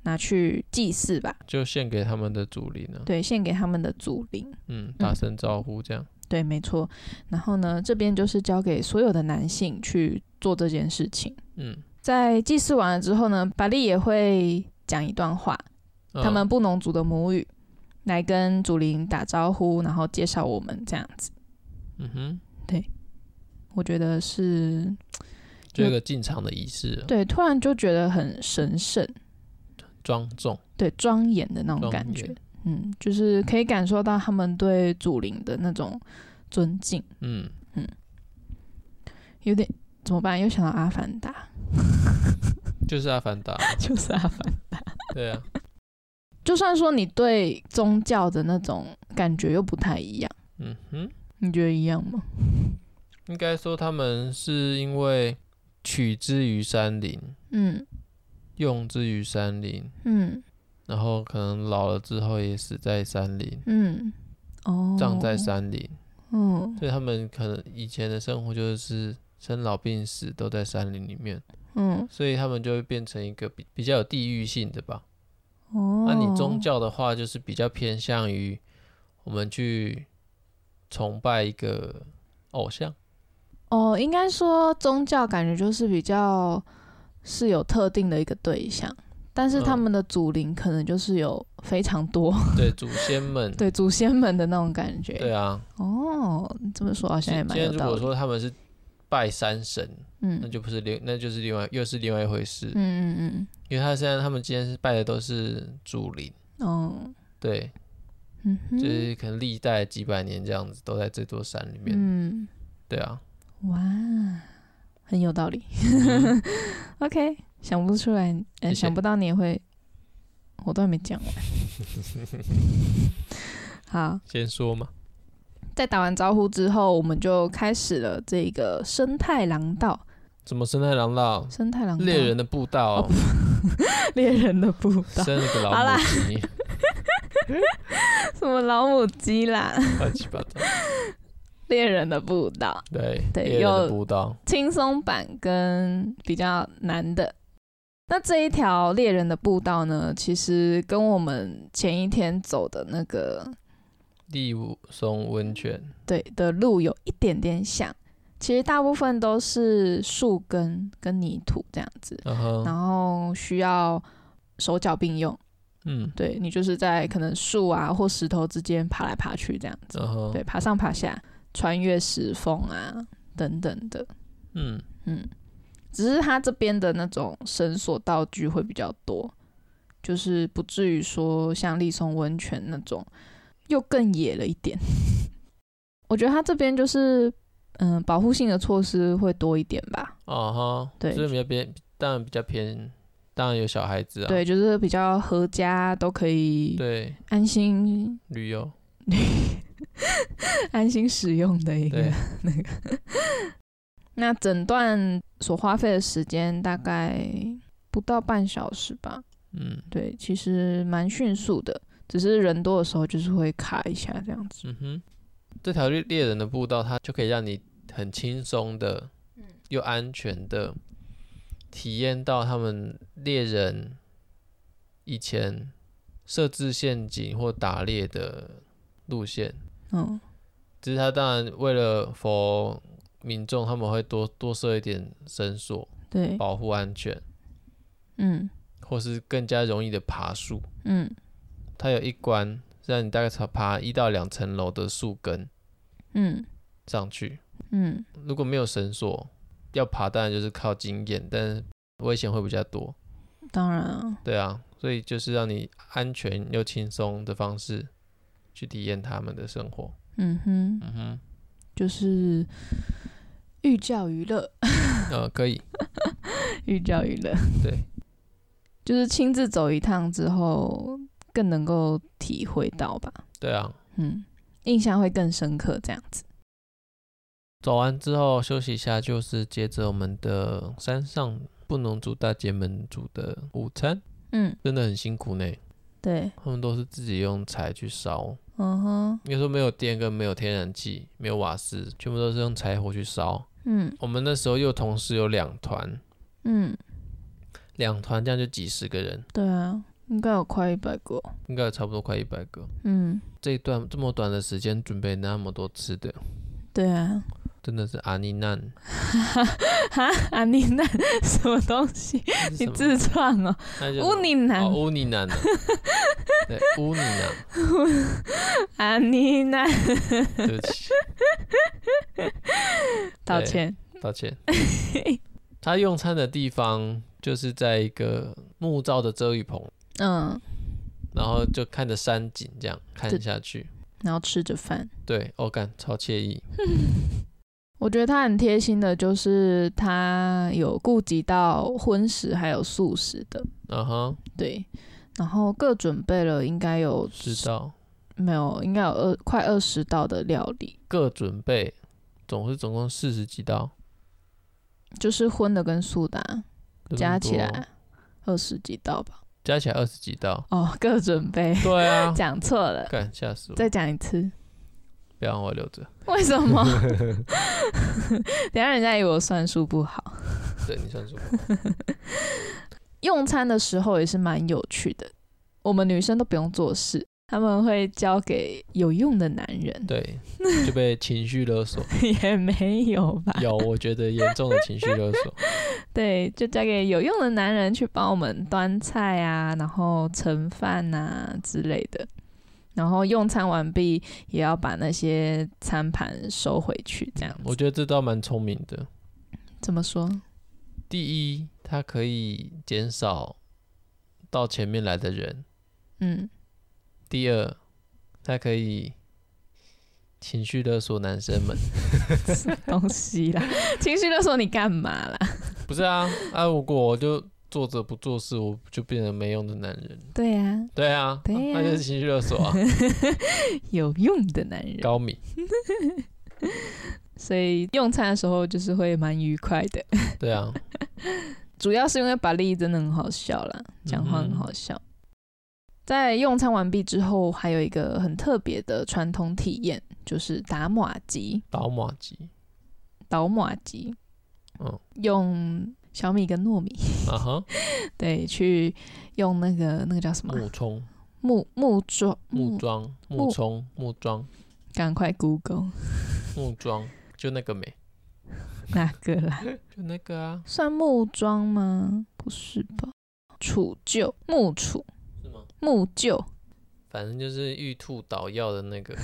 拿去祭祀吧。
就献给他们的主灵啊，
对，献给他们的祖灵。
嗯，打声招呼这样，
对，没错。然后呢，这边就是交给所有的男性去做这件事情。
嗯，
在祭祀完了之后呢，巴利也会讲一段话，
嗯
他们布农族的母语，来跟祖灵打招呼，然后介绍我们这样子。
嗯哼，
我觉得是
就一个进场的仪式啊，
对，突然就觉得很神圣，
庄重，
对，庄严的那种
庄
感觉
严。
嗯，就是可以感受到他们对祖灵的那种尊敬，
嗯，
有点怎么办？又想到《阿凡达 <laughs>
就是阿凡达，》，啊
就是《阿凡达》。
<laughs> 对啊，
就算说你对宗教的那种感觉又不太一样，
嗯哼。
你觉得一样吗？
应该说他们是因为取之于山林，
嗯
用之于山林，
嗯
然后可能老了之后也死在山林，
嗯，哦，
葬在山林，
嗯
所以他们可能以前的生活就是生老病死都在山林里面，
嗯
所以他们就会变成一个比比较有地域性的吧。
哦，
那、你宗教的话，就是比较偏向于我们去崇拜一个偶像，
哦，应该说宗教感觉就是比较是有特定的一个对象，但是他
嗯
们的祖灵可能就是有非常多、 <laughs>
对祖先们，
对祖先们的那种感觉。
对啊。
哦，这么说好像
今
也蛮有
天如
道
果
理。
说他们是拜山神，那
嗯
就不是另，那就是另外又是另外一回事，
嗯嗯
因为他现在他们今天是拜的都是祖灵，
嗯，哦，
对，
嗯哼，
就是可能历代几百年这样子都在这座山里面，
嗯，
对啊，
哇，很有道理。OK，想不出来，
谢
呃、
嗯谢
想不到你也会，我都还没讲完。 <laughs> 好，
先说嘛，
在打完招呼之后，我们就开始了这个生态廊道。
什么生态廊道、
生态廊道，
猎人的步道、
<laughs> 猎人的步道，
生了个老
好啦
母鸡，
什么老母鸡啦， <laughs>
乱七八糟，
猎人的步道，
对，
<laughs> 对
猎人的
又
步道，
轻松版跟比较难的。那这一条猎人的步道呢，其实跟我们前一天走的那个
利武松温泉，
对的路有一点点像，其实大部分都是树根跟泥土这样子，
然后，
然后需要手脚并用。
嗯，
对你就是在可能树啊或石头之间爬来爬去这样子，
然后，
对，爬上爬下，穿越石缝啊等等的，
嗯，
嗯，只是它这边的那种绳索道具会比较多，就是不至于说像丽松温泉那种又更野了一点。 <laughs> 我觉得它这边就是嗯、保护性的措施会多一点吧，
哦哈，
对
这比较偏，当然比较偏，当然有小孩子啊，
对，就是比较合家都可以
对，
安心
旅游，
<laughs> 安心使用的一个
对
<laughs> 那个。那整段所花费的时间大概不到半小时吧，
嗯
对，其实蛮迅速的，只是人多的时候就是会卡一下这样子。
嗯哼，这条猎猎人的步道，它就可以让你很轻松的，又安全的体验到他们猎人以前设置陷阱或打猎的路线。
嗯
只是他当然为了佛民众，他们会多多设一点绳索，
对，
保护安全，
嗯
或是更加容易的爬树。
嗯
它有一关是让你大概爬爬一到两层楼的树根
嗯
上去。
嗯
如果没有绳索，要爬当然就是靠经验，但是危险会比较多。
当然啊，
对啊，所以就是让你安全又轻松的方式去体验他们的生活。
嗯哼，
嗯哼，
就是寓教于乐，
呃，可以，
寓教于乐，
对，
就是亲自走一趟之后，更能够体会到吧。
对啊。
嗯，印象会更深刻这样子。
走完之后休息一下，就是接着我们的山上布农族大姐们煮的午餐，
嗯，
真的很辛苦呢。
对，
他们都是自己用柴去烧，
嗯哼，
应该说没有电跟没有天然气，没有瓦斯，全部都是用柴火去烧。
嗯
我们那时候又同时有两团，
嗯，
两团这样就几十个人，
对啊，应该有快一百个。
应该有差不多快一百个。
嗯，
这一段这么短的时间准备那么多吃的，
对啊。
真的是阿尼难。
<laughs> 哈，阿尼南什么东西？
这是
你
什么
自创哦，
那叫什么
乌尼南
哦，，乌尼南啊，对，乌尼南，
阿尼南，
对不起，
道歉。 <laughs>
道歉。他用餐的地方就是在一个木造的遮雨棚，
嗯，
然后就看着山景这样看下去，
然后吃着饭，
对，哦，感超惬意，
我觉得他很贴心的，就是他有顾及到荤食还有素食的，
然后
对。然后各准备了应该有
知道
没有？应该有二快二十道的料理，
各准备总是总共四十几道，
就是荤的跟素的啊、
这么
加起
多
来二十几道吧。
加起来二十几道，
哦，各准备， <laughs>，
对啊
讲错了，
干吓死我！
再讲一次。
不要让我留着。
为什么？ <laughs> 等一下人家以为我算术不好。
对你算数，
用餐的时候也是蛮有趣的，我们女生都不用做事，他们会交给有用的男人，
对，就被情绪勒索。
<laughs> 也没有吧？
有，我觉得严重的情绪勒索。
对，就交给有用的男人去帮我们端菜啊，然后盛饭啊之类的。然后用餐完毕，也要把那些餐盘收回去，这样
我觉得这倒蛮聪明的。
怎么说？
第一，它可以减少到前面来的人； <laughs>
嗯，
第二，它可以情绪勒索男生们。 <laughs>
什么东西啦？ <laughs> 情绪勒索你干嘛啦？
不是啊，啊，如果我就坐着不做事，我就变成没用的男人。
对呀、
对啊，
对啊
那就是情绪勒索啊， <laughs>
有用的男人。
高明。
所以用餐的时候就是会蛮愉快的， <laughs>
对啊，
主要是因为巴利真的很好笑啦，讲话很好笑。在用餐完毕之后，还有一个很特别的传统体验，就是打马吉、
倒马鸡，
倒马吉，
嗯
用小米跟糯米， <laughs>
啊哈，
对，去用那个那个叫什么啊
木冲、
木木桩
木桩、木
木
冲、木桩、
赶快 Google <laughs>
木桩，就那个没，
哪个啦？
就那个啊，
算木桩吗？不是吧？杵臼木杵
是吗？
木臼，
反正就是玉兔捣药的那个，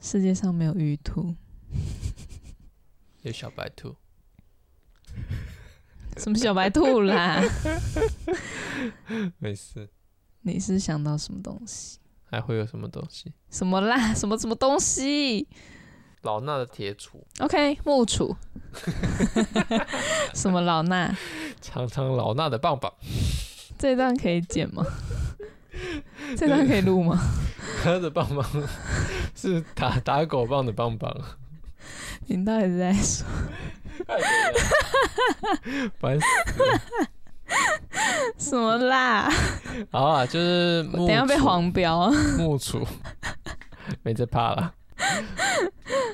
世界上没有玉兔，
有小白兔，
什么小白兔啦？
<laughs> 没事。
<laughs> 你是想到什么东西？
还会有什么东西？
什么啦？什么什么东西
老衲的铁杵，
？OK，木 <laughs> 杵。什么老衲？
尝尝老衲的棒棒。
这段可以剪吗？这段可以录吗？
他的棒 <laughs> 棒是打打狗棒的棒棒，
你到底是在说？
烦死。
什么啦？
好啊，就是
我
木
等一下被
杵
黄标。
木杵，没在怕了。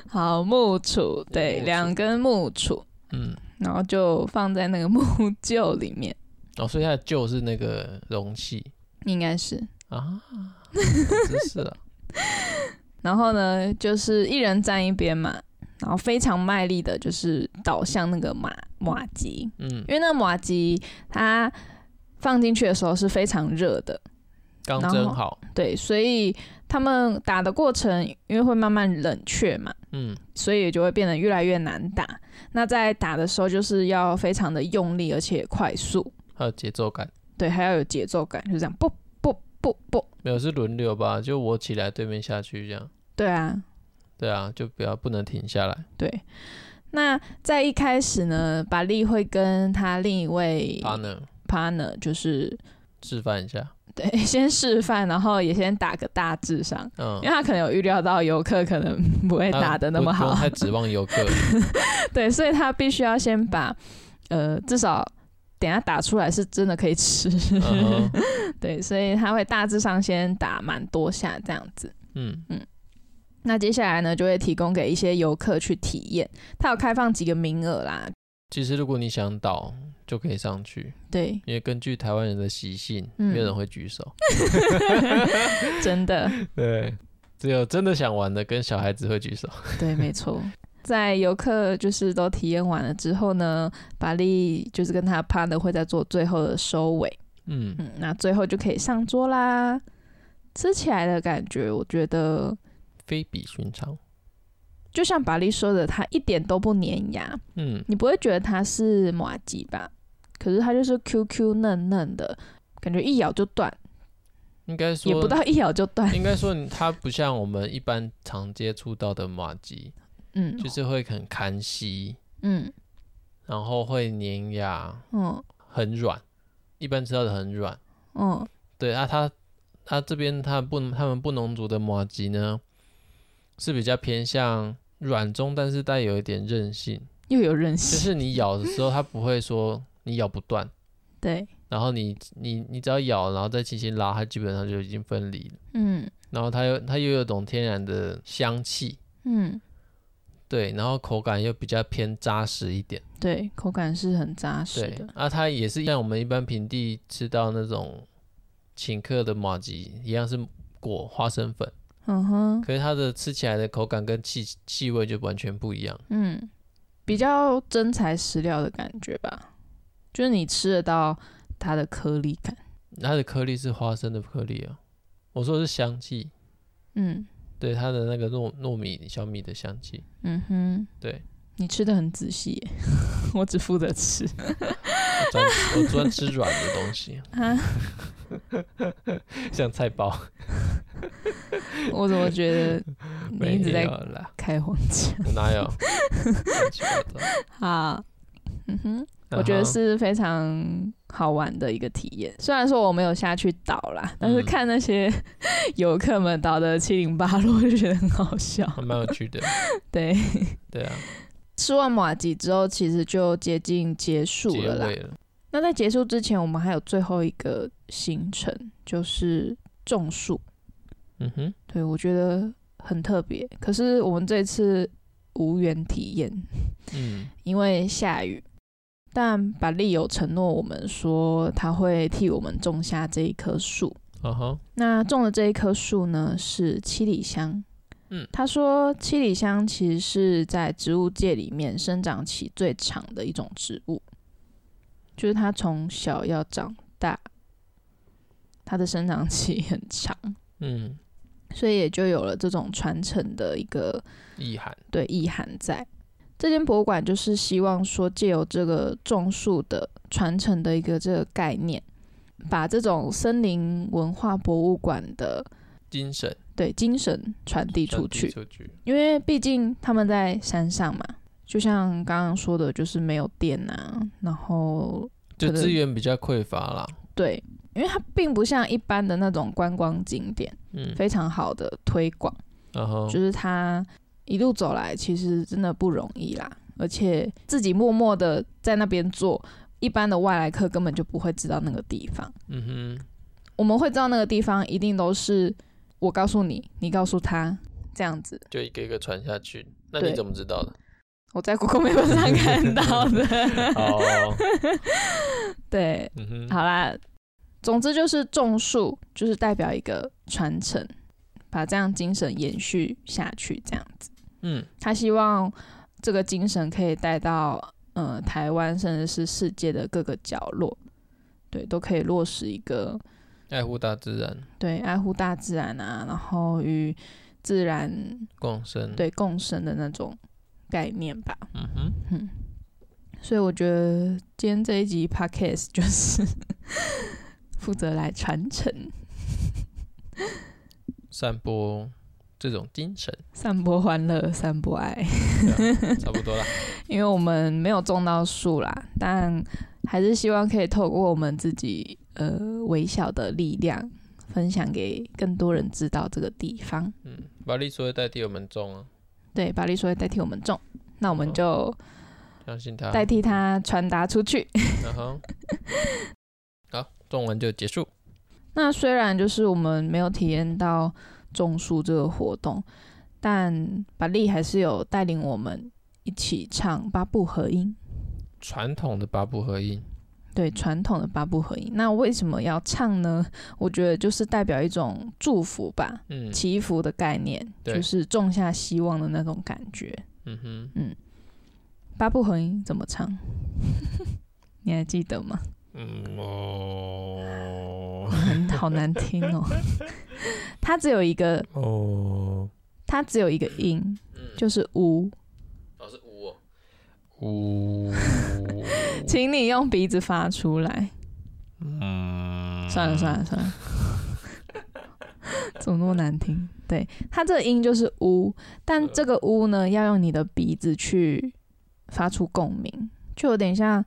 好，木杵，对，
木杵
两根木杵，
嗯，
然后就放在那个木 <laughs> 臼里面，
哦，所以它的臼是那个容器
应该是。
啊，真是啊，
然后呢，就是一人站一边嘛，然后非常卖力的，就是倒向那个马马吉，
嗯，
因为那个马吉它放进去的时候是非常热的，
刚
然后
蒸好，
对，所以他们打的过程因为会慢慢冷却嘛，
嗯，
所以也就会变得越来越难打。那在打的时候就是要非常的用力，而且快速，
还有节奏感。
对，还要有节奏感，就这样，不不不不，
没有是轮流吧，就我起来，对面下去这样。
对啊，
对啊，就不要不能停下来。
对。那在一开始呢，巴利会跟他另一位
partner
partner 就是
示范一下，
对， <laughs> 先示范，然后也先打个大致上，
嗯
因为，他可能有预料到游客可能不会打的那么
啊不不
好
用，太指望游客。
<laughs> 对，所以他必须要先把呃，至少等一下打出来是真的可以吃， <laughs>
嗯哼
对，所以他会大致上先打蛮多下这样子。
嗯，
那接下来呢，就会提供给一些游客去体验，他有开放几个名额啦，
其实如果你想倒，就可以上去，
对， <laughs>
因为根据台湾人的习性，
嗯
没有人会举手。
真的。
对，只有真的想玩的跟小孩子会举手。
对，没错。在游客就是都体验完了之后呢，巴利就是跟他 partner 会再做最后的收尾，
嗯，
嗯，那最后就可以上桌啦。吃起来的感觉，我觉得
非比寻常。
就像巴利说的，它一点都不粘牙，
嗯，
你不会觉得它是马吉吧？可是它就是 Q Q 嫩嫩的，感觉一咬就断，
应该
也
说
不，到一咬就
<laughs>
断，
应该说你它不像我们一般常接触到的马吉，
嗯，
就是会很看稀，
嗯
然后会粘牙，
嗯
很软。一般吃到的很软。
嗯
对啊，它它这边它不他们不农族的马吉呢，是比较偏向软中，但是带有一点韧性，
又有韧
就
性，
是你咬的时候它不会说你咬不断，
对，
然后你你你只要咬，然后再轻轻拉，它基本上就已经分离了。
嗯
然后它又它又有种天然的香气，
嗯，
对，然后口感又比较偏扎实一点，
对，口感是很扎实
对
的。。
啊，它也是像我们一般平地吃到那种请客的马吉一样是裹花生粉，
嗯哼，
可是它的吃起来的口感跟气气味就完全不一样。
嗯，比较真材实料的感觉吧，就是你吃得到它的颗粒感。
它的颗粒是花生的颗粒啊，我说的是香气，
嗯
对它的那个糯糯米小米的香气，
嗯哼，
对
你吃的很仔细耶， <laughs> 我只负责吃。
我专我专吃软的东西，
啊，
像菜包，
我怎么
<laughs>
觉得你
没
一直在啊
有啦，
开黄腔？
哪有？乱七八糟
<laughs>
啊
好，嗯哼， <laughs> 我觉得
然后
是非常好玩的一个体验。虽然说我没有下去倒啦，但是
嗯
看那些游客们倒的七零八落，就觉得很好笑。
还蛮有趣的，
对，
对
<laughs>
啊，
吃完马吉之后，其实就接近结束
结
了啦
尾。了，
那在结束之前，我们还有最后一个行程，就是种树。
嗯哼，
对，我觉得很特别。可是我们这次无缘体验，
嗯，
因为下雨。但板栗有承诺我们说，他会替我们种下这一棵树。
啊哈，
那种的这一棵树呢，是七里香。
嗯
他说七里香其实是在植物界里面生长期最长的一种植物，就是它从小要长大，它的生长期很长， <laughs>
嗯，
所以也就有了这种传承的一个
意涵，
对意涵在。这间博物馆就是希望说，借由这个种树的传承的一个这个概念，把这种森林文化博物馆的
精神
对精神传递出去。
传递出去，
因为毕竟他们在山上嘛，就像刚刚说的，就是没有电啊，然后
就
可能
资源比较匮乏啦，
对，因为它并不像一般的那种观光景点
嗯，啊
非常好的推广。
然后
就是他一路走来，其实真的不容易啦，而且自己默默的在那边做，一般的外来客根本就不会知道那个地方。
嗯哼，
我们会知道那个地方，一定都是我告诉你，你告诉他这样子。
就一个一个传下去，那
对
你怎么知道的？
我在 Google Map 上看到
<laughs>
的，
哦，
对，
嗯哼，
好啦，总之就是种树，就是代表一个传承，把这样精神延续下去，这样子。
嗯，
他希望这个精神可以带到呃台湾，甚至是世界的各个角落，对，都可以落实一个
爱护大自然，
对爱护大自然啊，然后与自然
共生，，
对共生的那种概念吧。
嗯哼，
所以我觉得今天这一集 podcast 就是 <laughs> 负责来传承、
散播这种精
<laughs>
神，
散播欢乐、散播爱。
对啊差不多啦，
因为我们没有种到树啦，但还是希望可以透过我们自己呃微小的力量，分享给更多人知道这个地方。
嗯，巴利说会代替我们种啊，
对，巴利说会代替我们种，那我们
好
就
相信他，
代替他传达出去。
然后好，种完就结束，
那虽然就是我们没有体验到种树这个活动，但巴利还是有带领我们一起唱八部合音。
传统的八部合音，
对传统的八部合音。那为什么要唱呢？我觉得就是代表一种祝福吧，
嗯
祈福的概念，
对
就是种下希望的那种感觉。
嗯哼，
八部合音怎么唱？ <laughs> 你还记得吗？
嗯哦
<laughs> 很好难听哦。它只有一个，
哦，
它只有一个音，
嗯，
就是呜。
老是五哦，五，
请你用鼻子发出来。
嗯，
算了算了算了， <laughs> 怎么那么难听？对，它这个音就是呜，但这个呜呢，要用你的鼻子去发出共鸣，就有点像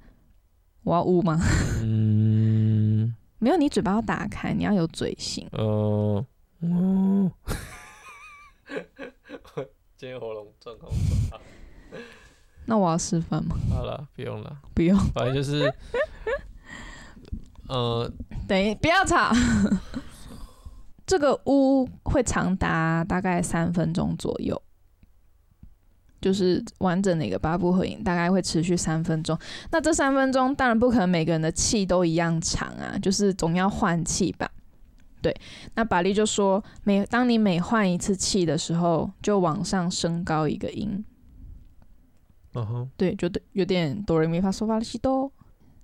我要呜吗？ <laughs>
嗯，
没有，你嘴巴要打开，你要有嘴型。
哦，哦， <laughs> 今天喉咙状况不好，
那我要示范吗？
好了，不用了， <laughs>
不用，
反正就是呃，
等一不要吵。 <laughs> 这个屋会长达大概三分钟左右，就是完整的一个八步合影，大概会持续三分钟。那这三分钟当然不可能每个人的气都一样长啊，就是总要换气吧。对，那法力就说，每当你每换一次气的时候，就往上升高一个音。
嗯哼，
对，就对有点哆来咪发嗦发西哆。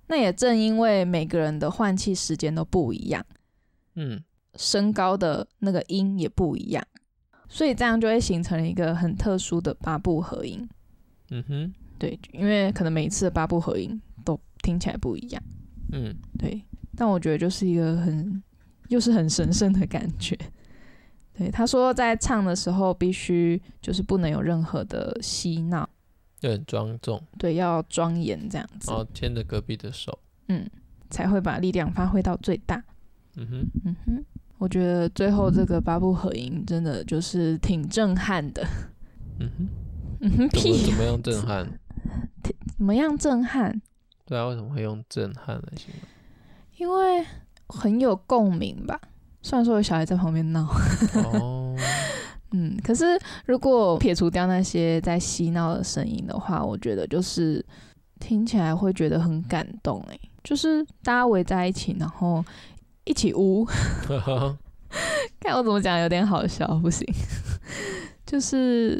那也正因为每个人的换气时间都不一样，
嗯，
升高的那个音也不一样，所以这样就会形成了一个很特殊的八步合音。
嗯哼，
对，因为可能每一次的八步合音都听起来不一样。
嗯，
对，但我觉得就是一个很又是很神圣的感觉。对，他说在唱的时候必须就是不能有任何的嬉闹，
有点庄重，
对，要庄严这样子。
然后牵着隔壁的手，
嗯，才会把力量发挥到最大。
嗯哼，
嗯哼，我觉得最后这个八部合音真的就是挺震撼的。
嗯哼，
嗯哼，
怎么
屁
怎，么样震撼？
怎么样震撼？
对啊，为什么会用震撼来形容？
因为很有共鸣吧。虽然说有小孩在旁边闹， <laughs>
哦，
嗯，可是如果撇除掉那些在嬉闹的声音的话，我觉得就是听起来会觉得很感动哎、就是大家围在一起，然后一起呜， <laughs> 看我怎么讲有点好笑，不行， <laughs> 就是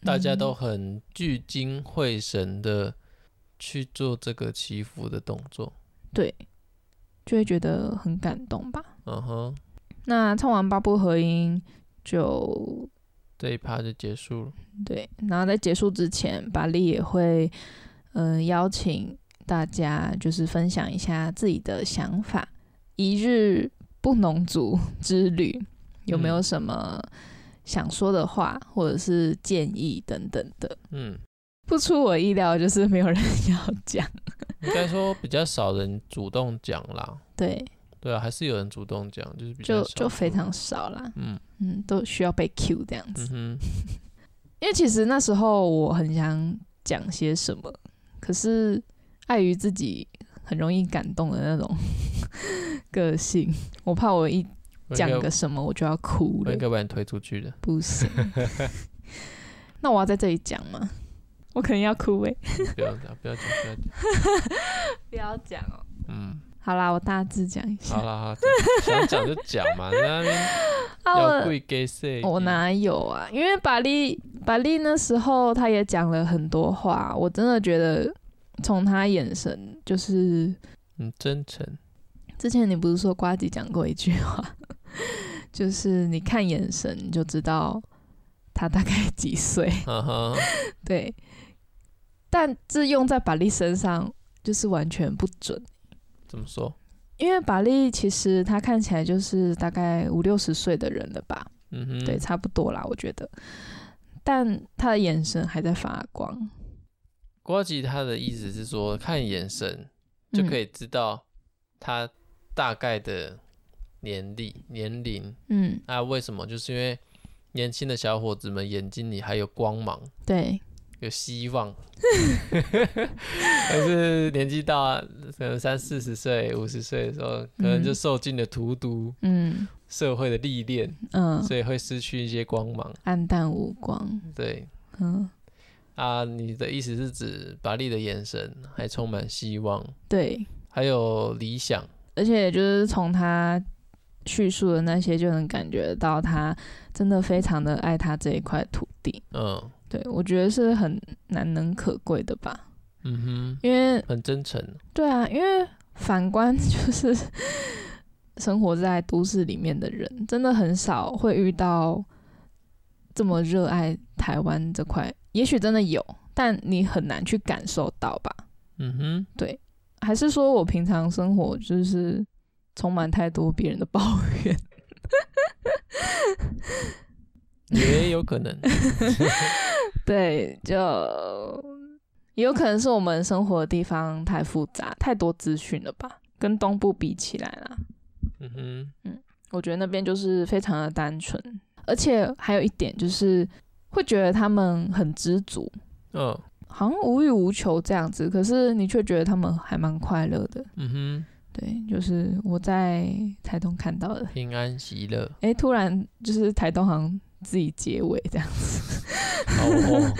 嗯
大家都很聚精会神的去做这个祈福的动作。
对，就会觉得很感动吧。
嗯哼，
那唱完八部合音就
这一趴就结束了。
对，然后在结束之前，巴利也会嗯、呃邀请大家就是分享一下自己的想法，一日不农族之旅有没有
嗯
什么想说的话，或者是建议等等的。
嗯，
不出我意料，就是没有人 <laughs> 要讲。
应该说比较少人主动讲啦。
对，
对啊，还是有人主动讲，就是比较
就
少
就非
数
常少啦，
嗯
嗯，都需要被 Q 这样子。
嗯哼
因为其实那时候我很想讲些什么，可是碍于自己很容易感动的那种 <laughs> 个性，我怕我一，
我应
讲
该
个什么我就要哭
我
了
应，该把你推出去的。
不行。那我要在这里讲吗？我可能要哭欸诶、
不要讲，不要讲，不要讲。
不要讲哦。 <laughs>
嗯，
好啦，我大致讲一
好
下。
啦好啦，讲想讲就讲嘛，在那边
啊，
要
我
贵给谁？
我？哪有啊？因为巴利巴利那时候他也讲了很多话，我真的觉得从他眼神就是
嗯，真诚。
之前你不是说瓜吉讲过一句话， <laughs> 就是你看眼神你就知道他大概几岁。 <laughs>
嗯哼，
对，但这用在法力身上就是完全不准，
怎么说？
因为法力其实他看起来就是大概五六十岁的人了吧？
嗯哼，
对，差不多啦，我觉得。但他的眼神还在发光，
瓜吉他的意思是说，看眼神就可
以，
以知道他大概的年龄年龄。
嗯，
那、为什么？就是因为年轻的小伙子们眼睛里还有光芒，
对，
有希 <laughs> 望。可是年纪大，可能三四十岁、五十岁的时候，可能就
嗯
受尽了荼毒、
嗯
社会的历练，
嗯，
所以会失去一些光芒。
暗淡无光，
对
嗯，
啊，你的意思是指巴利的眼神还充满希望，
对，
还有理想。
而且就是从他叙述的那些，就能感觉到他真的非常的爱他这一块土地。
嗯
对我觉得是很难能可贵的吧，
嗯
因为
哼，很真诚。
对啊，因为反观 <laughs> 就是生活在都市里面的人，真的很少会遇到这么热爱台湾这块。也许真的有，但你很难去感受到吧。
嗯 <laughs> 哼，
还是说我平常生活就是充满太多别人的抱怨？
也有可能。
对，就也有可能是我们生活的地方太复杂，太多资讯了吧？跟东部比起来啦，
嗯哼，
我觉得那边就是非常的单纯，而且还有一点就是会觉得他们很知足，
嗯
好像无欲无求这样子，可是你却觉得他们还蛮快乐的。
嗯哼，
对，就是我在台东看到的。
平安喜乐。
哎、突然就是台东好像自己结尾这样。
哦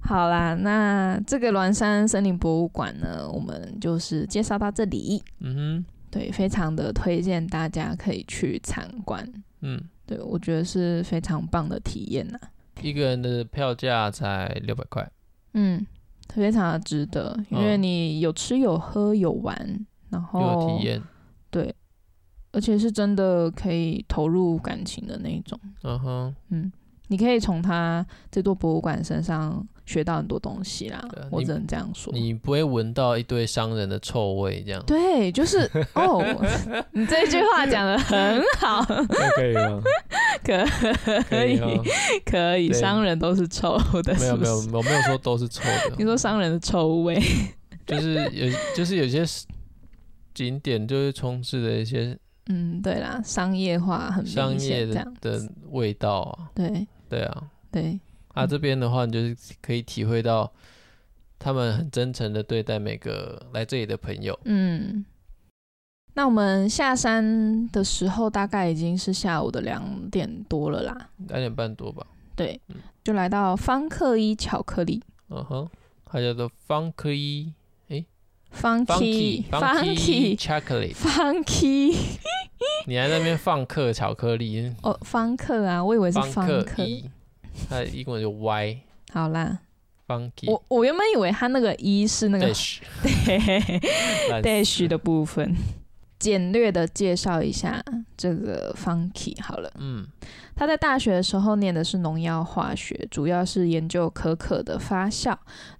好啦，那这个峦山森林博物馆呢，我们就是介绍到这里。
嗯
对，非常的推荐大家可以去参观。
哼，嗯，
对，我觉得是非常棒的体验呐、
一个人的票价才六百块。
嗯，非常的值得，因为
嗯
你有吃有喝有玩，然
又有
后
体验。
对，而且是真的可以投入感情的那一种。
嗯哼，
嗯，你可以从他这座博物馆身上学到很多东西啦
对啊，
我
你
只能这样说。
你不会闻到一堆商人的臭味这样？
对，就是哦，你这句话讲的很好，
可以啊吗？
可 <laughs> 可以
哦
可以，
对
商人都是臭的，
没有
是不 <laughs>
没有，
是？
我没有说都是臭的。
你说商人的臭
<laughs>
味，
就是有就是有些景点就是充斥着一些
嗯，对啦，商业化很
商
明
业
显，这
的
样
的味道啊，
对
对啊。
对，
啊，
嗯
这边的话，你就是可以体会到他们很真诚的对待每个来这里的朋友。
嗯。那我们下山的时候，大概已经是下午的两点多了啦。
两点半多吧，
对
嗯，
就来到方克一巧克力
嗯哼，它叫做 Funky Funky
，Funky Funky
Chocolate， <laughs>
Funky
你还在那边放克巧克力，
哦，方克啊，我以为是
方
方
克
克。
一，它的英文就 Y
好啦，
Funky
我我原本以为它那个一是那个
Dash 烂
<laughs> dash
死
的部分。简略的介绍一下这个 Funky 好了，
嗯
他在大学的时候念的是农药化学，主要是研究可可的发酵。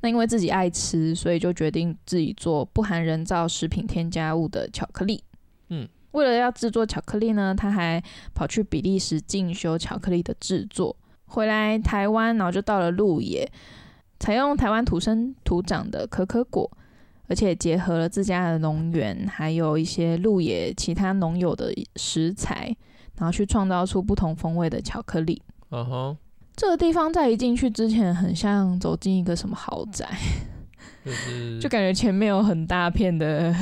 那因为自己爱吃，所以就决定自己做不含人造食品添加物的巧克力。
嗯，
为了要制作巧克力呢，他还跑去比利时进修巧克力的制作，回来台湾，然后就到了鹿野，采用台湾土生土长的可可果。而且结合了自家的农园，还有一些鹿野其他农友的食材，然后去创造出不同风味的巧克力。
嗯哼，
这个地方在一进去之前，很像走进一个什么豪宅，
就是
就感觉前面有很大片的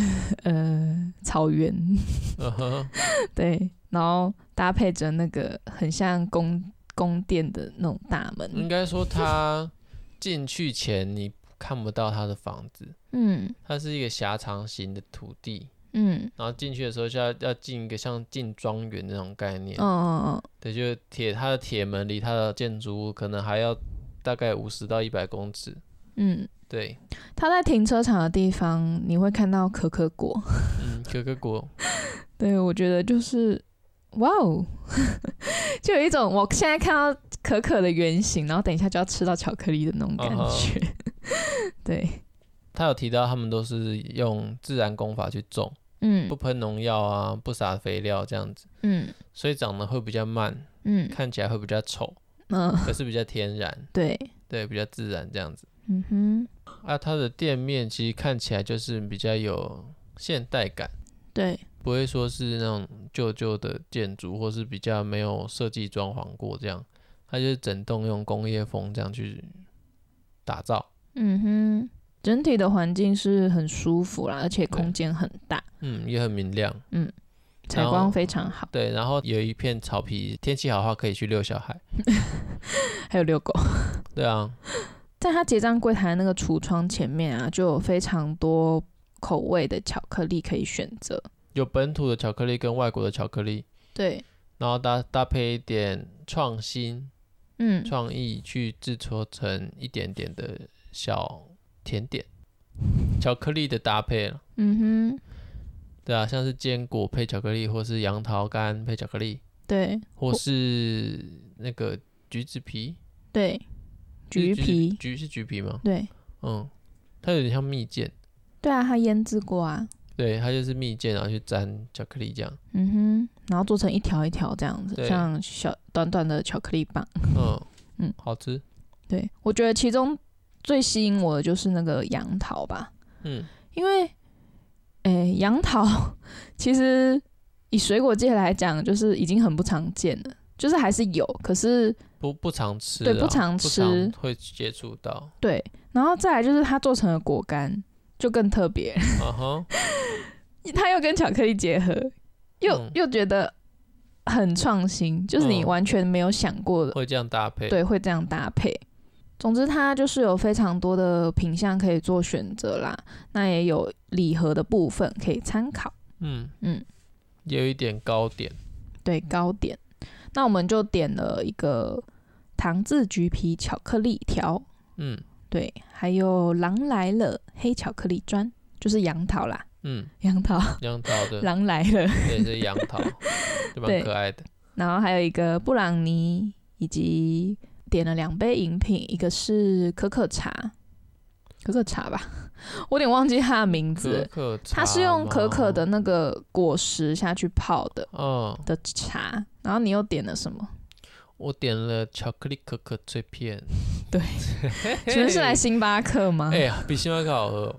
呃草原， <laughs>
嗯哼，
对，然后搭配着那个很像宫宫殿的那种大
应
门，
该说它进去前你看不到它的房子，
嗯
它是一个狭长型的土地，
嗯
然后进去的时候就要要进一个像进庄园那种概念，
嗯嗯
对，就是铁它的铁门离它的建筑物可能还要大概五十到一百公尺，
嗯，
对，
它在停车场的地方，你会看到可可果，
嗯，可可果，
对我觉得就是哇哦， <laughs> 就有一种我现在看到可可的原型，然后等一下就要吃到巧克力的那种感
啊哈
觉， <laughs> 对。
他有提到他们都是用自然工法去种，
嗯
不喷农药啊，不撒肥料这样子，
嗯
所以长得会比较慢，
嗯
看起来会比较丑，
嗯，
可是比较天然，
对，
对，比较自然这样子。
嗯哼，
啊，它的店面其实看起来就是比较有现代感，
对，
不会说是那种旧旧的建筑，或是比较没有设计装潢过这样，它就是整栋用工业风这样去打造。
嗯哼，整体的环境是很舒服啦，而且空间很大，
嗯，也很明亮，
采
然
光
后
非常好，
对。然后有一片草皮，天气好的话可以去遛小孩。
还有遛狗。
对啊，
在他结账柜台那个橱窗前面啊，就有非常多口味的巧克力可以选择。
有本土的巧克力跟外国的巧克力，
对，
然后搭搭配一点创新
嗯，
创意去制作成一点点的小甜点，巧克力的搭配了。
嗯哼，
对啊，像是坚果配巧克力，或是杨桃干配巧克力，
对
或是那个橘子皮，
对，
是
橘
子
皮，
橘是橘皮吗？
对
嗯，它有点像蜜饯，
对啊，它腌制过啊，
对，它就是蜜饯，然后去沾巧克力这样。
嗯哼，然后做成一条一条这样子，
对
像小短短的巧克力棒。
嗯
嗯
好吃。
对，我觉得其中最吸引我的就是那个杨桃吧，
嗯，
因为，诶、杨桃其实以水果界来讲，就是已经很不常见了，就是还是有，可是
不不常吃啊，
对不常吃
不常会接触到。啊
对，然后再来就是它做成了果干，就更特别，
嗯哼，
它又跟巧克力结合，又、
嗯
又觉得很创新，就是你
嗯
完全没有想过的，
会这样搭配。
对，会这样搭配。总之，它就是有非常多的品相可以做选择啦，那也有礼盒的部分可以参考。
嗯
嗯，
也有一点糕点，
对糕点。那我们就点了一个糖渍橘皮巧克力条，
嗯
对，还有狼来了黑巧克力砖，就是杨桃啦，
嗯，
杨桃，
杨桃的，
狼来了，
对，是杨桃，就蛮
<laughs> 对
可爱的。
然后还有一个布朗尼，以及点了两杯饮品，一个是可可茶，可可茶吧， <laughs> 我有点忘记它的名字
可
了，
可茶，
它是用可可的，那个果实下去泡的
嗯，
的茶，然后你又点了什么？
我点了巧克力可可脆片，
<laughs>
<laughs>
对，请问是来
嘿
星巴克吗？嗯
哎呀，比星巴克好喝哦。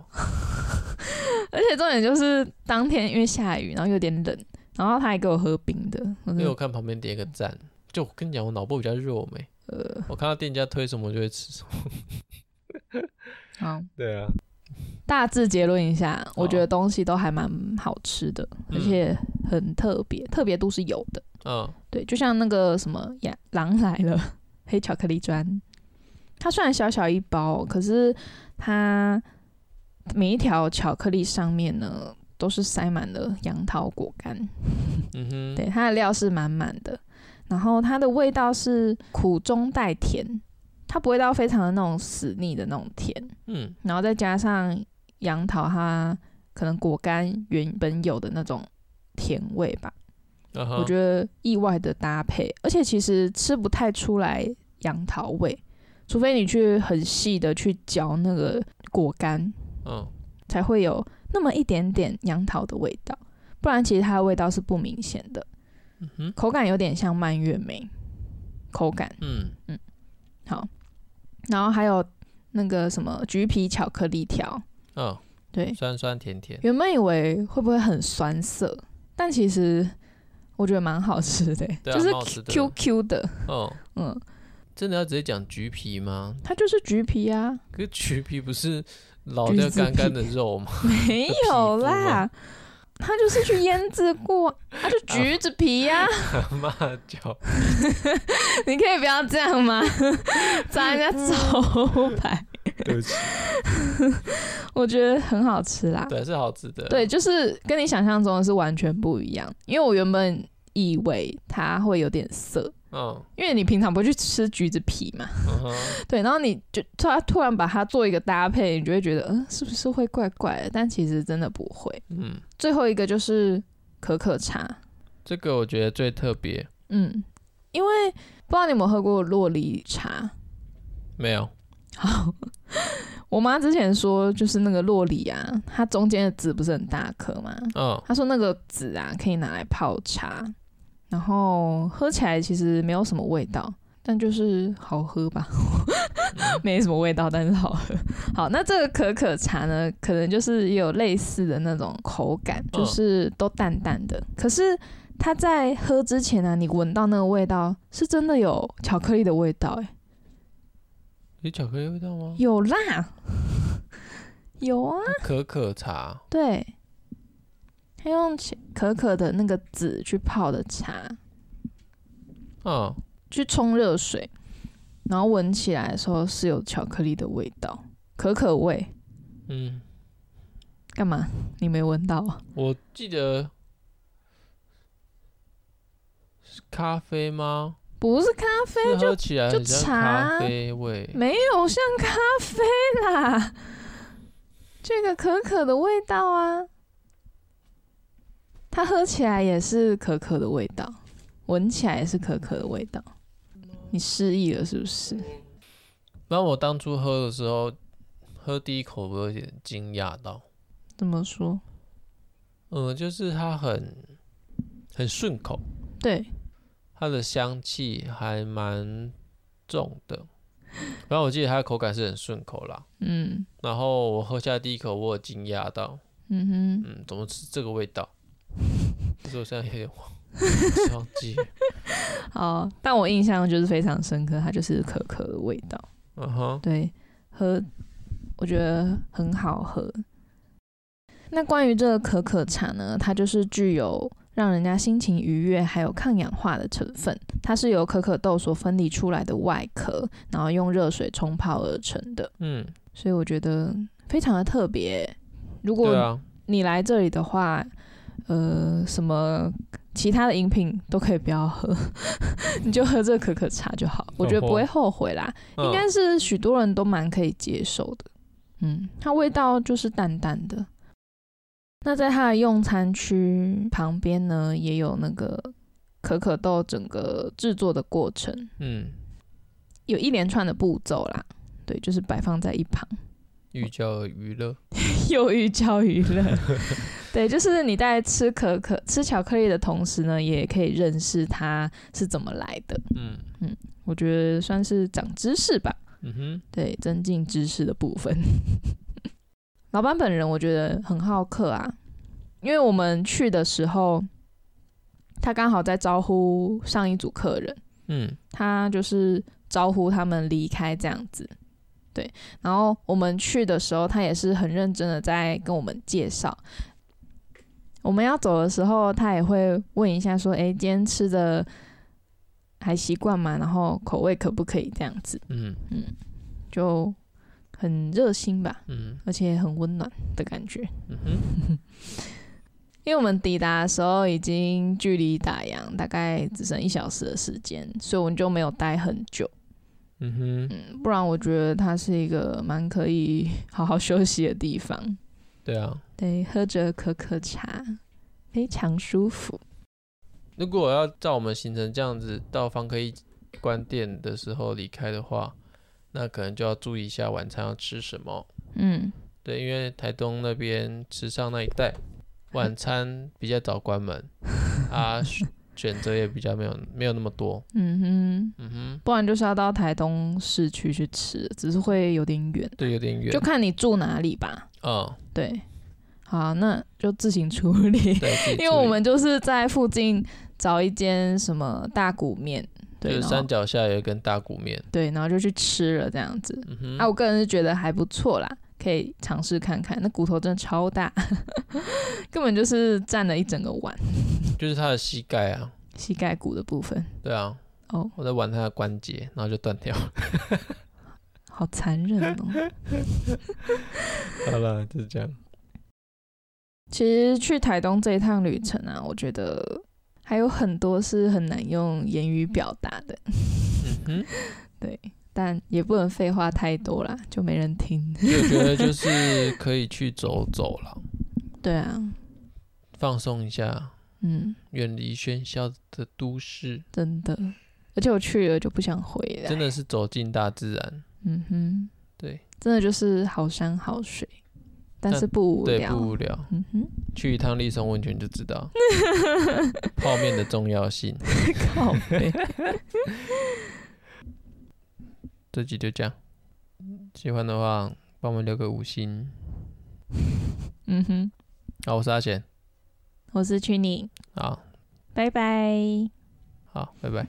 而且重点就是当天因为下雨，然后有点冷，然后他还给我喝冰的，我
因为我
就
看旁边点一个赞，就我跟你讲，我脑波比较弱没，
呃，
我看到店家推什么我就会吃什么。
好，
对啊，
大致结论一下，
好
我觉得东西都还蛮好吃的，
嗯
而且很特别，特别度是有的。
嗯，
对，就像那个什么呀，狼来了黑巧克力砖，它虽然小小一包，可是它每一条巧克力上面呢都是塞满了杨桃果干。
嗯哼，
对，它的料是满满的，然后它的味道是苦中带甜，它不会到非常的那种死腻的那种甜，
嗯
然后再加上杨桃它可能果干原本有的那种甜味吧，
嗯哼，
我觉得意外的搭配，而且其实吃不太出来杨桃味，除非你去很细的去嚼那个果干，
嗯
才会有那么一点点杨桃的味道，不然其实它的味道是不明显的。
嗯哼
口感有点像蔓越莓，口感
嗯
好。然后还有那个什么橘皮巧克力条，
嗯，
对，
酸酸甜甜，
原本以为会不会很酸涩，但其实我觉得蛮好吃的、
对啊
就是
蛮好吃的
Q Q 的，
嗯，
嗯，
真的要直接讲橘皮吗？
它就是橘皮啊，
可是橘皮不是老
橘
掉
子
干干
皮
的肉 <laughs> 吗？
没有啦，它就是去腌制 <laughs> 过，它啊就橘子皮呀、
妈叫，
<laughs> 你可以不要这样 <laughs> 吗？砸人家招牌，
对不起，
我觉得很好吃啦，
对，是好吃的，
对，，就是跟你想象中的是完全不一样。因为我原本以为它会有点涩，
嗯
因为你平常不会去吃橘子皮嘛， <laughs>
嗯哼，
对，然后你就突然突然把它做一个搭配，你就会觉得，嗯，是不是会怪怪的？但其实真的不会。
嗯，
最后一个就是可可茶，
这个我觉得最特别，
嗯，因为不知道你有没有喝过洛梨茶，
没有，
好，我妈之前说就是那个洛梨啊，它中间的籽不是很大颗嘛，
嗯
他说那个籽啊可以拿来泡茶，然后喝起来其实没有什么味道，但就是好喝吧， <laughs> 没什么味道，但是好喝。好，那这个可可茶呢，可能就是也有类似的那种口感，就是都淡淡的，可是。它在喝之前呢、你闻到那个味道，是真的有巧克力的味道、欸，
有巧克力味道吗？
有啦，有啊，
可可茶，
对，他用其可可的那个籽去泡的茶，
嗯，
去冲热水，然后闻起来的时候是有巧克力的味道，可可味。
嗯，
干嘛？你没闻到啊？
我记得是咖啡吗？
不是咖啡，
是啊喝起来
就啊
很像
茶
咖啡味。
没有像咖啡啦，这个可可的味道啊，它喝起来也是可可的味道，闻起来也是可可的味道。你失忆了是不是？
然后我当初喝的时候，喝第一口我有点惊讶到，
怎么说？
嗯，就是它很很顺口，
对，
它的香气还蛮重的。然后我记得它的口感是很顺口啦。
嗯
然后我喝下第一口，我有惊讶到，
嗯哼。
嗯，怎么是这个味
<laughs>
道？可是我现在有点忘，忘记了，
哦，但我印象就是非常深刻，它就是可可的味道，
嗯哼，
对，喝我觉得很好喝。那关于这个可可茶呢，它就是具有让人家心情愉悦还有抗氧化的成分，它是由可可豆所分离出来的外壳，然后用热水冲泡而成的，
嗯，
所以我觉得非常的特别。如
对
果
啊，
你来这里的话，呃，什么其他的饮品都可以不要喝， <laughs> 你就喝这个可可茶就好，我觉
哦
得不会后悔啦。应
嗯
该是许多人都蛮可以接受的。嗯，它味道就是淡淡的。那在它的用餐区旁边呢，也有那个可可豆整个制作的过程，
嗯，
有一连串的步骤啦。对，就是摆放在一旁， <laughs>
寓教于乐，
又寓教于乐。对，就是你在吃可可、吃巧克力的同时呢，也可以认识它是怎么来的。
嗯
我觉得算是长知识吧。
嗯哼，
对，增进知识的部分。老板本人我觉得很好客啊，因为我们去的时候，他刚好在招呼上一组客人，
嗯
他就是招呼他们离开这样子。对，然后我们去的时候，他也是很认真的在跟我们介绍。我们要走的时候，他也会问一下说：“诶，今天吃的还习惯吗？然后口味可不可以这样子？”
嗯
就很热心吧，
嗯
而且很温暖的感觉。
嗯哼，
因为我们抵达的时候已经距离打烊大概只剩一小时的时间，所以我们就没有待很久。
嗯哼，
嗯不然我觉得它是一个蛮可以好好休息的地方。
对啊。
对，喝着可可茶非常舒服。
如果要照我们行程这样子到方可以关店的时候离开的话，那可能就要注意一下晚餐要吃什么。
嗯，
对，因为台东那边池上那一带晚餐比较早关门啊，选选择也比较没有没有那么多。
嗯哼，
嗯哼，
不然就是要到台东市区去吃，只是会有点远，
对，有点远
就。看你住哪里吧。
嗯，
对，好，那就自行处理。
对，自己 <laughs>
因为
注意
我们就是在附近找一间什么大骨面，
就
对，哦
是
然
山
后
脚下有一根大骨面。
对，然后就去吃了这样子。
嗯哼，
啊，我个人是觉得还不错啦，可以尝试看看。那骨头真的超大， <laughs> 根本就是占了一整个碗，
就是他的膝盖啊。
膝盖骨的部分。
对啊，
哦，
我在玩他的关节，然后就断掉。 <laughs>
好残忍哦！
好了，就是这样。
其实去台东这一趟旅程啊，我觉得还有很多是很难用言语表达的，
嗯哼。
但也不能废话太多啦，就没人听。 <laughs>
就觉得就是可以去走走了，
对啊，
放松一下，
嗯。
远离喧嚣的都市，
真的。而且我去了就不想回来，
真的是走进大自然。
嗯哼，
对
真的就是好山好水，但
但
是不无
对，
聊。
不无聊，
嗯哼，
去一趟立松温泉就知道泡面的重要性。
靠
<laughs>
背。
这集就这样，喜欢的话帮我们留个五星。
嗯哼，
好，我是阿贤，
我是去你，
好
拜拜。
好，拜拜。